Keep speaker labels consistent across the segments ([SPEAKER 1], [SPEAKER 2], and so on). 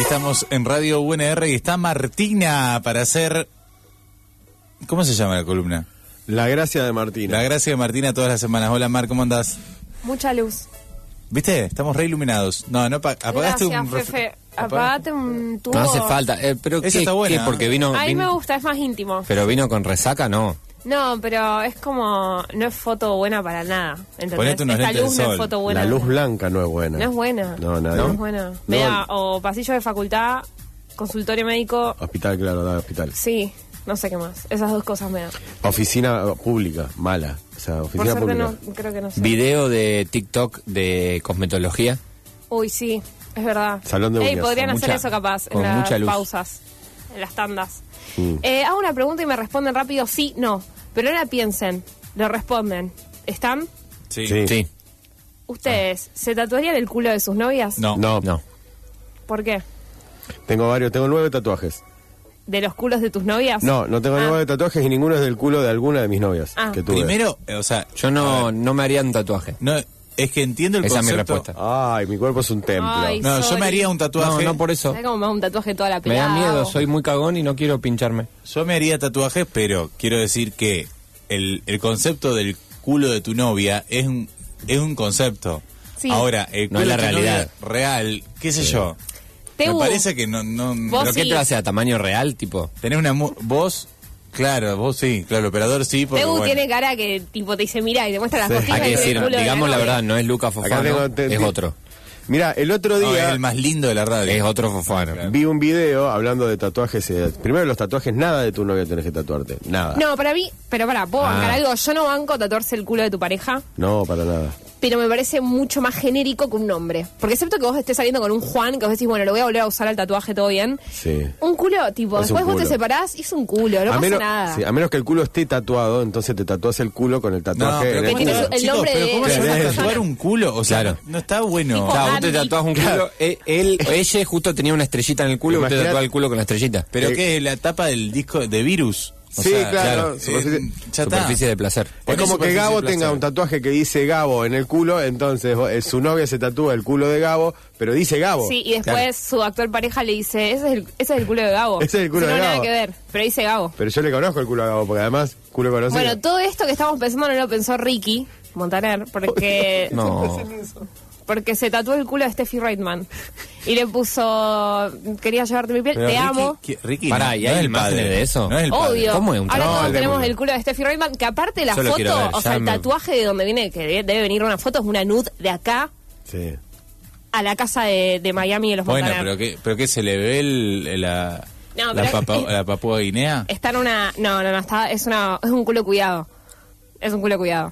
[SPEAKER 1] Estamos en Radio UNR y está Martina para hacer... ¿Cómo se llama la columna?
[SPEAKER 2] La gracia de Martina.
[SPEAKER 1] La gracia de Martina todas las semanas. Hola Mar, ¿cómo andás?
[SPEAKER 3] Mucha luz.
[SPEAKER 1] ¿Viste? Estamos re iluminados. No, no pa- apagaste
[SPEAKER 3] Gracias,
[SPEAKER 1] un... ref-
[SPEAKER 3] Fefe.
[SPEAKER 1] apag-
[SPEAKER 3] Apagate un tubo.
[SPEAKER 4] No hace falta. Eh, pero
[SPEAKER 1] Esa
[SPEAKER 4] ¿qué-
[SPEAKER 1] está buena.
[SPEAKER 4] qué? Porque vino,
[SPEAKER 3] A mí me
[SPEAKER 4] vin-
[SPEAKER 3] gusta, es más íntimo.
[SPEAKER 4] Pero vino con resaca, no.
[SPEAKER 3] No, pero es como. No es foto buena para nada. ¿entendés?
[SPEAKER 1] Ponete unos
[SPEAKER 3] Esta
[SPEAKER 1] lentes
[SPEAKER 3] luz
[SPEAKER 1] de
[SPEAKER 3] no
[SPEAKER 1] sol.
[SPEAKER 3] es foto buena.
[SPEAKER 2] la luz blanca no es buena.
[SPEAKER 3] No es buena.
[SPEAKER 2] No, nadie.
[SPEAKER 3] es buena.
[SPEAKER 2] No,
[SPEAKER 3] Vea, o pasillo de facultad, consultorio médico.
[SPEAKER 2] Hospital, claro, da hospital.
[SPEAKER 3] Sí, no sé qué más. Esas dos cosas me da.
[SPEAKER 2] Oficina pública, mala. O sea,
[SPEAKER 3] Por
[SPEAKER 2] oficina
[SPEAKER 3] suerte
[SPEAKER 2] pública.
[SPEAKER 3] no, creo que no sé.
[SPEAKER 4] Video de TikTok de cosmetología.
[SPEAKER 3] Uy, sí, es verdad.
[SPEAKER 2] Salón de
[SPEAKER 3] Ey,
[SPEAKER 2] uñas.
[SPEAKER 3] podrían
[SPEAKER 4] Con
[SPEAKER 3] hacer
[SPEAKER 4] mucha-
[SPEAKER 3] eso capaz en
[SPEAKER 4] con
[SPEAKER 3] las
[SPEAKER 4] mucha luz.
[SPEAKER 3] pausas, en las tandas.
[SPEAKER 2] Mm.
[SPEAKER 3] Eh, hago una pregunta y me responden rápido sí, no. Pero no la piensen, lo responden. ¿Están?
[SPEAKER 1] Sí.
[SPEAKER 2] Sí.
[SPEAKER 4] Sí.
[SPEAKER 2] Ah.
[SPEAKER 3] ¿Ustedes se tatuarían el culo de sus novias?
[SPEAKER 1] No.
[SPEAKER 2] No,
[SPEAKER 4] No.
[SPEAKER 3] ¿Por qué?
[SPEAKER 2] Tengo varios, tengo nueve tatuajes.
[SPEAKER 3] ¿De los culos de tus novias?
[SPEAKER 2] No, no tengo
[SPEAKER 3] Ah.
[SPEAKER 2] nueve tatuajes y ninguno es del culo de alguna de mis novias
[SPEAKER 3] Ah.
[SPEAKER 2] que tuve.
[SPEAKER 1] Primero, eh, o sea,
[SPEAKER 4] Yo no, no me haría un tatuaje.
[SPEAKER 1] no, es que entiendo el
[SPEAKER 4] Esa es mi
[SPEAKER 1] concepto.
[SPEAKER 4] respuesta.
[SPEAKER 2] Ay, mi cuerpo es un templo.
[SPEAKER 3] Ay.
[SPEAKER 1] No, yo
[SPEAKER 3] Sorry.
[SPEAKER 1] me haría un tatuaje.
[SPEAKER 4] No, no por eso.
[SPEAKER 3] ¿Sabes cómo me da un tatuaje toda la
[SPEAKER 4] Me
[SPEAKER 3] pelada?
[SPEAKER 4] da miedo,
[SPEAKER 3] hago?
[SPEAKER 4] soy muy cagón y no quiero pincharme.
[SPEAKER 1] Yo me haría tatuajes, pero quiero decir que el, el concepto del culo de tu novia es un, es un concepto.
[SPEAKER 3] Sí.
[SPEAKER 1] Ahora, el
[SPEAKER 4] No
[SPEAKER 1] culo
[SPEAKER 4] es la
[SPEAKER 1] de tu novia
[SPEAKER 4] realidad.
[SPEAKER 1] real, qué sé yo.
[SPEAKER 3] Tebu,
[SPEAKER 1] Me parece que no... no
[SPEAKER 3] Vos
[SPEAKER 4] ¿Pero qué
[SPEAKER 3] sí.
[SPEAKER 4] te lo hace a tamaño real, tipo?
[SPEAKER 1] Tenés una... mu- Vos, claro, vos sí. Claro, el operador sí. Porque,
[SPEAKER 3] Tebu
[SPEAKER 1] bueno.
[SPEAKER 3] tiene cara que tipo te dice, mira, y te muestra las
[SPEAKER 2] Sí.
[SPEAKER 3] costillas.
[SPEAKER 4] Hay que
[SPEAKER 3] y el
[SPEAKER 4] decir,
[SPEAKER 3] culo de
[SPEAKER 4] digamos la
[SPEAKER 3] novia.
[SPEAKER 4] verdad, no es Lucas Fofano,
[SPEAKER 2] te-
[SPEAKER 4] es
[SPEAKER 2] te-
[SPEAKER 4] otro.
[SPEAKER 2] Mira, el otro
[SPEAKER 1] No, es
[SPEAKER 2] día
[SPEAKER 1] el más lindo de la radio.
[SPEAKER 4] Es otro Fofano.
[SPEAKER 2] vi un video hablando de tatuajes. eh, primero los tatuajes, nada de tu novia tenés que tatuarte. Nada.
[SPEAKER 3] No, para mí, pero para, puedo
[SPEAKER 4] Ah.
[SPEAKER 3] bancar algo. Yo no banco tatuarse el culo de tu pareja.
[SPEAKER 2] No, para nada.
[SPEAKER 3] pero me parece mucho más genérico que un nombre. Porque excepto que vos estés saliendo con un Juan, que vos decís, bueno, lo voy a volver a usar al tatuaje, todo bien.
[SPEAKER 2] Sí.
[SPEAKER 3] Un culo, tipo,
[SPEAKER 2] Es
[SPEAKER 3] después
[SPEAKER 2] un
[SPEAKER 3] vos te
[SPEAKER 2] culo.
[SPEAKER 3] separás y es un culo, no
[SPEAKER 2] a,
[SPEAKER 3] pasa
[SPEAKER 2] menos,
[SPEAKER 3] nada.
[SPEAKER 2] sí, a menos que el culo esté tatuado, entonces te tatúas el culo con el
[SPEAKER 1] No,
[SPEAKER 2] tatuaje.
[SPEAKER 1] pero
[SPEAKER 2] en
[SPEAKER 3] Que
[SPEAKER 2] el
[SPEAKER 1] ¿cómo se
[SPEAKER 2] culo.
[SPEAKER 3] tiene
[SPEAKER 1] va-
[SPEAKER 3] el
[SPEAKER 1] chicos,
[SPEAKER 3] nombre
[SPEAKER 1] pero
[SPEAKER 3] de-
[SPEAKER 1] ¿cómo se va a
[SPEAKER 2] Claro.
[SPEAKER 1] tatuar un culo? O sea,
[SPEAKER 4] Claro.
[SPEAKER 1] no está bueno.
[SPEAKER 4] O sea, vos
[SPEAKER 3] Andy.
[SPEAKER 4] te tatuás un culo, eh, él, o ella justo tenía una estrellita en el culo, usted
[SPEAKER 2] Imagínate-
[SPEAKER 4] tatuaba el culo con la estrellita.
[SPEAKER 1] Pero
[SPEAKER 2] Eh,
[SPEAKER 1] que es la tapa del disco de Virus. O
[SPEAKER 2] Sí,
[SPEAKER 1] sea,
[SPEAKER 2] claro,
[SPEAKER 1] eh,
[SPEAKER 2] superficie-
[SPEAKER 1] ya está.
[SPEAKER 4] Superficie de placer.
[SPEAKER 2] Es
[SPEAKER 1] Ponés
[SPEAKER 2] como que
[SPEAKER 1] superficie
[SPEAKER 2] Gabo
[SPEAKER 1] de placer.
[SPEAKER 2] tenga un tatuaje que dice Gabo en el culo, entonces eh, su novia se tatúa el culo de Gabo, pero dice Gabo.
[SPEAKER 3] Sí, y después
[SPEAKER 2] Claro.
[SPEAKER 3] su actual pareja le dice, ese es el, ese es el culo de Gabo.
[SPEAKER 2] Ese es el culo
[SPEAKER 3] Eso
[SPEAKER 2] de
[SPEAKER 3] no
[SPEAKER 2] Gabo.
[SPEAKER 3] No nada que ver, pero dice Gabo.
[SPEAKER 2] Pero yo le conozco el culo a Gabo, porque además, culo conocido.
[SPEAKER 3] Bueno, todo esto que estamos pensando no lo pensó Ricky Montaner, porque
[SPEAKER 4] No.
[SPEAKER 3] porque se tatuó el culo de Steffi Reitman. Y le puso, quería llevarte mi piel,
[SPEAKER 1] Pero
[SPEAKER 3] te
[SPEAKER 1] Ricky-
[SPEAKER 3] amo. Oh.
[SPEAKER 1] que- Ricky,
[SPEAKER 4] Pará,
[SPEAKER 1] no,
[SPEAKER 4] ¿y
[SPEAKER 1] no
[SPEAKER 4] hay
[SPEAKER 1] es el
[SPEAKER 4] imágenes
[SPEAKER 1] padre
[SPEAKER 4] de eso?
[SPEAKER 1] No es el padre.
[SPEAKER 3] Obvio.
[SPEAKER 4] ¿Cómo es un
[SPEAKER 3] Ahora
[SPEAKER 4] tatuaje?
[SPEAKER 3] todos
[SPEAKER 2] No,
[SPEAKER 3] tenemos
[SPEAKER 2] el de-
[SPEAKER 3] el culo de Steffi Reitman, que aparte la
[SPEAKER 4] Yo lo
[SPEAKER 3] foto,
[SPEAKER 4] quiero ver,
[SPEAKER 3] o
[SPEAKER 4] ya
[SPEAKER 3] sea, el
[SPEAKER 4] me-
[SPEAKER 3] tatuaje de donde viene, que de- debe venir una foto, es una nude de acá
[SPEAKER 2] Sí.
[SPEAKER 3] a la casa de, de Miami de los
[SPEAKER 1] Bueno,
[SPEAKER 3] Montaner.
[SPEAKER 1] pero que, pero que se le ve el, la,
[SPEAKER 3] No,
[SPEAKER 1] la,
[SPEAKER 3] pero-
[SPEAKER 1] papa- la Papúa Guinea.
[SPEAKER 3] Está en una... No, no, no, está, es, una, es un culo cuidado. Es un culo cuidado.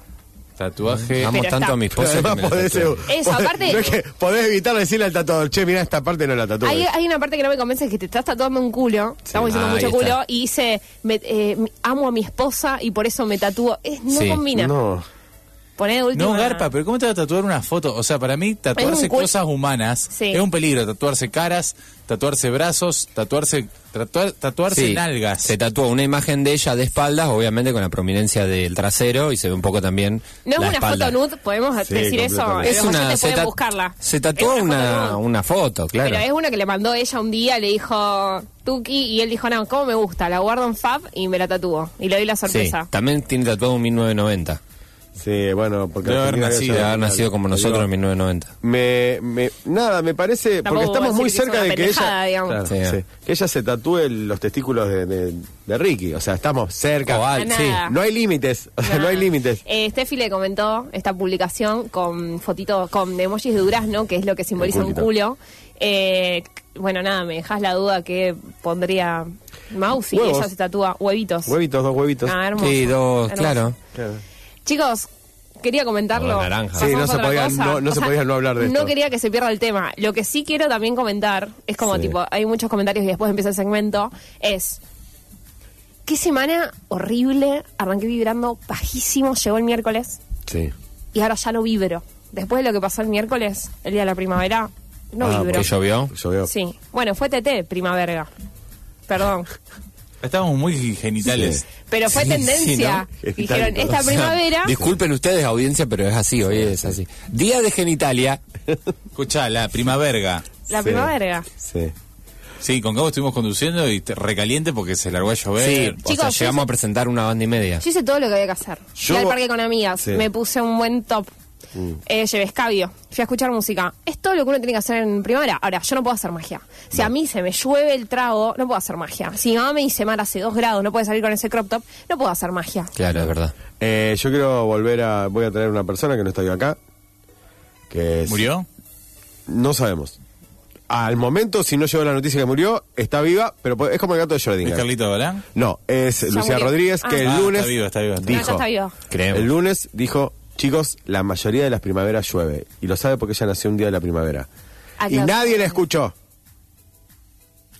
[SPEAKER 1] Tatuaje.
[SPEAKER 4] Amo
[SPEAKER 3] Pero
[SPEAKER 4] tanto
[SPEAKER 3] está-
[SPEAKER 4] a mi
[SPEAKER 2] Pero
[SPEAKER 4] esposa. que
[SPEAKER 2] además
[SPEAKER 4] me la
[SPEAKER 2] podés,
[SPEAKER 4] tatúa.
[SPEAKER 3] Eso,
[SPEAKER 2] podés-
[SPEAKER 3] aparte-
[SPEAKER 2] no es que podés evitar decirle al tatuador, che, mirá, esta parte no la tatúes.
[SPEAKER 3] Hay, hay una parte que no me convence, es que te estás tatuando un culo, estamos diciendo
[SPEAKER 4] Ah,
[SPEAKER 3] mucho
[SPEAKER 4] ahí
[SPEAKER 3] culo,
[SPEAKER 4] está.
[SPEAKER 3] y dice, me- eh, me- amo a mi esposa y por eso me tatúo. Es, no
[SPEAKER 4] Sí,
[SPEAKER 3] combina.
[SPEAKER 2] No.
[SPEAKER 3] Poné de última...
[SPEAKER 1] No, Garpa, pero ¿cómo te va a tatuar una foto? O sea, para mí, tatuarse
[SPEAKER 3] Es un cul-
[SPEAKER 1] cosas humanas
[SPEAKER 3] Sí.
[SPEAKER 1] es un peligro. Tatuarse caras, tatuarse brazos, tatuarse tatuar, tatuarse
[SPEAKER 4] Sí,
[SPEAKER 1] nalgas.
[SPEAKER 4] Se tatúa una imagen de ella de espaldas, obviamente con la prominencia del trasero y se ve un poco también.
[SPEAKER 3] No es
[SPEAKER 4] la
[SPEAKER 3] una
[SPEAKER 4] espalda.
[SPEAKER 3] foto nude, podemos
[SPEAKER 2] Sí,
[SPEAKER 3] decir eso.
[SPEAKER 2] completamente.
[SPEAKER 3] Es una,
[SPEAKER 4] se,
[SPEAKER 3] pueden
[SPEAKER 4] ta-
[SPEAKER 3] buscarla.
[SPEAKER 4] se tatúa
[SPEAKER 3] Es una foto
[SPEAKER 4] una,
[SPEAKER 3] nude.
[SPEAKER 4] una foto, claro.
[SPEAKER 3] Pero es una que le mandó ella un día, le dijo Tuki, y él dijo, no, ¿cómo me gusta? La guardo en Fab y me la tatúo. Y le doy la
[SPEAKER 4] Sí,
[SPEAKER 3] sorpresa.
[SPEAKER 4] también tiene tatuado un 1990.
[SPEAKER 2] Sí, bueno, porque...
[SPEAKER 1] Debe haber
[SPEAKER 2] Argentina
[SPEAKER 1] nacido,
[SPEAKER 2] debe
[SPEAKER 4] De
[SPEAKER 2] ser-
[SPEAKER 4] haber nacido como nosotros en 1990.
[SPEAKER 2] Me, me- nada, me parece,
[SPEAKER 3] Tampoco
[SPEAKER 2] porque estamos
[SPEAKER 3] voy a
[SPEAKER 2] muy
[SPEAKER 3] decir que
[SPEAKER 2] cerca
[SPEAKER 3] es una
[SPEAKER 2] de que
[SPEAKER 3] pendejada,
[SPEAKER 2] ella,
[SPEAKER 3] digamos.
[SPEAKER 2] Claro,
[SPEAKER 4] Sí.
[SPEAKER 2] sí. que ella se tatúe los testículos de, de- de Ricky, o sea, estamos cerca.
[SPEAKER 4] O
[SPEAKER 3] A
[SPEAKER 4] al-
[SPEAKER 3] nada.
[SPEAKER 4] sí.
[SPEAKER 2] No hay límites, o sea, no,
[SPEAKER 3] Nada.
[SPEAKER 2] hay límites.
[SPEAKER 3] Eh, Steffi le comentó esta publicación con fotitos, con emojis de durazno, que es lo que simboliza un
[SPEAKER 2] culito.
[SPEAKER 3] culo. Eh, bueno, nada, me dejas la duda que pondría Mouse y
[SPEAKER 2] Huevos.
[SPEAKER 3] ella se tatúa huevitos.
[SPEAKER 2] Huevitos, dos huevitos.
[SPEAKER 3] Ah, hermoso.
[SPEAKER 4] Sí, dos,
[SPEAKER 3] Hermoso.
[SPEAKER 4] claro.
[SPEAKER 2] Claro.
[SPEAKER 3] Chicos, quería comentarlo.
[SPEAKER 4] Con la naranja.
[SPEAKER 3] Pasamos
[SPEAKER 2] Sí, no
[SPEAKER 3] a
[SPEAKER 2] se
[SPEAKER 3] otra
[SPEAKER 2] podía-
[SPEAKER 3] cosa.
[SPEAKER 2] no- no
[SPEAKER 3] O
[SPEAKER 2] se podía no hablar de
[SPEAKER 3] No
[SPEAKER 2] esto.
[SPEAKER 3] quería que se pierda el tema. Lo que sí quiero también comentar, es como
[SPEAKER 2] Sí.
[SPEAKER 3] tipo, hay muchos comentarios y después empieza el segmento, es... Qué semana horrible, arranqué vibrando bajísimo, llegó el miércoles
[SPEAKER 2] Sí.
[SPEAKER 3] y ahora ya no vibro. Después de lo que pasó el miércoles, el día de la primavera, no
[SPEAKER 2] Ah,
[SPEAKER 3] vibro.
[SPEAKER 4] Que llovió.
[SPEAKER 2] Yo veo.
[SPEAKER 3] Sí, bueno, fue TT, primavera. Perdón.
[SPEAKER 1] Estamos muy genitales.
[SPEAKER 3] Pero fue
[SPEAKER 4] Sí, sí,
[SPEAKER 3] tendencia.
[SPEAKER 2] ¿no?
[SPEAKER 3] Dijeron,
[SPEAKER 2] Genitalico.
[SPEAKER 3] esta
[SPEAKER 4] O sea,
[SPEAKER 3] primavera...
[SPEAKER 4] Disculpen ustedes, audiencia, pero es así, hoy es así. Día de genitalia.
[SPEAKER 1] Escuchá, la primavera.
[SPEAKER 3] La
[SPEAKER 2] Sí.
[SPEAKER 3] primavera.
[SPEAKER 2] Sí.
[SPEAKER 1] Sí, con Gabo estuvimos conduciendo y te- recaliente porque se largó a llover.
[SPEAKER 4] Sí,
[SPEAKER 3] Chicos,
[SPEAKER 4] o sea,
[SPEAKER 3] yo
[SPEAKER 4] llegamos
[SPEAKER 3] hice-
[SPEAKER 4] a presentar una banda y media.
[SPEAKER 3] Yo hice todo lo que había que hacer.
[SPEAKER 2] Yo-
[SPEAKER 3] Fui al parque con amigas,
[SPEAKER 2] Sí. Mm.
[SPEAKER 3] me puse un buen top. Eh, llevé escabio, fui a escuchar música. Es todo lo que uno tiene que hacer en primavera. Ahora, yo no puedo hacer magia. Si a mí se me llueve el trago, no puedo hacer magia. Si mi mamá me dice mal hace dos grados, no puede salir con ese crop top, no puedo hacer magia.
[SPEAKER 4] Claro, es verdad.
[SPEAKER 2] Eh, yo quiero volver a. Voy a traer una persona que no está acá. Que es-
[SPEAKER 1] ¿Murió?
[SPEAKER 2] No sabemos. Al momento, si no llegó la noticia que murió, está viva, pero po- es como el gato de
[SPEAKER 1] ¿Es
[SPEAKER 2] Schrödinger.
[SPEAKER 1] Carlito Balán?
[SPEAKER 2] No, es Lucía
[SPEAKER 3] murió.
[SPEAKER 2] Rodríguez que
[SPEAKER 3] Ah.
[SPEAKER 2] el
[SPEAKER 1] Ah,
[SPEAKER 2] lunes
[SPEAKER 1] está viva, está viva, está
[SPEAKER 2] dijo.
[SPEAKER 1] viva.
[SPEAKER 3] No, ya está vivo.
[SPEAKER 4] Creemos.
[SPEAKER 2] El lunes dijo, chicos, la mayoría de las primaveras llueve. Y lo sabe porque ella nació un día de la primavera.
[SPEAKER 3] Ah,
[SPEAKER 2] Y
[SPEAKER 3] claro.
[SPEAKER 2] nadie la escuchó.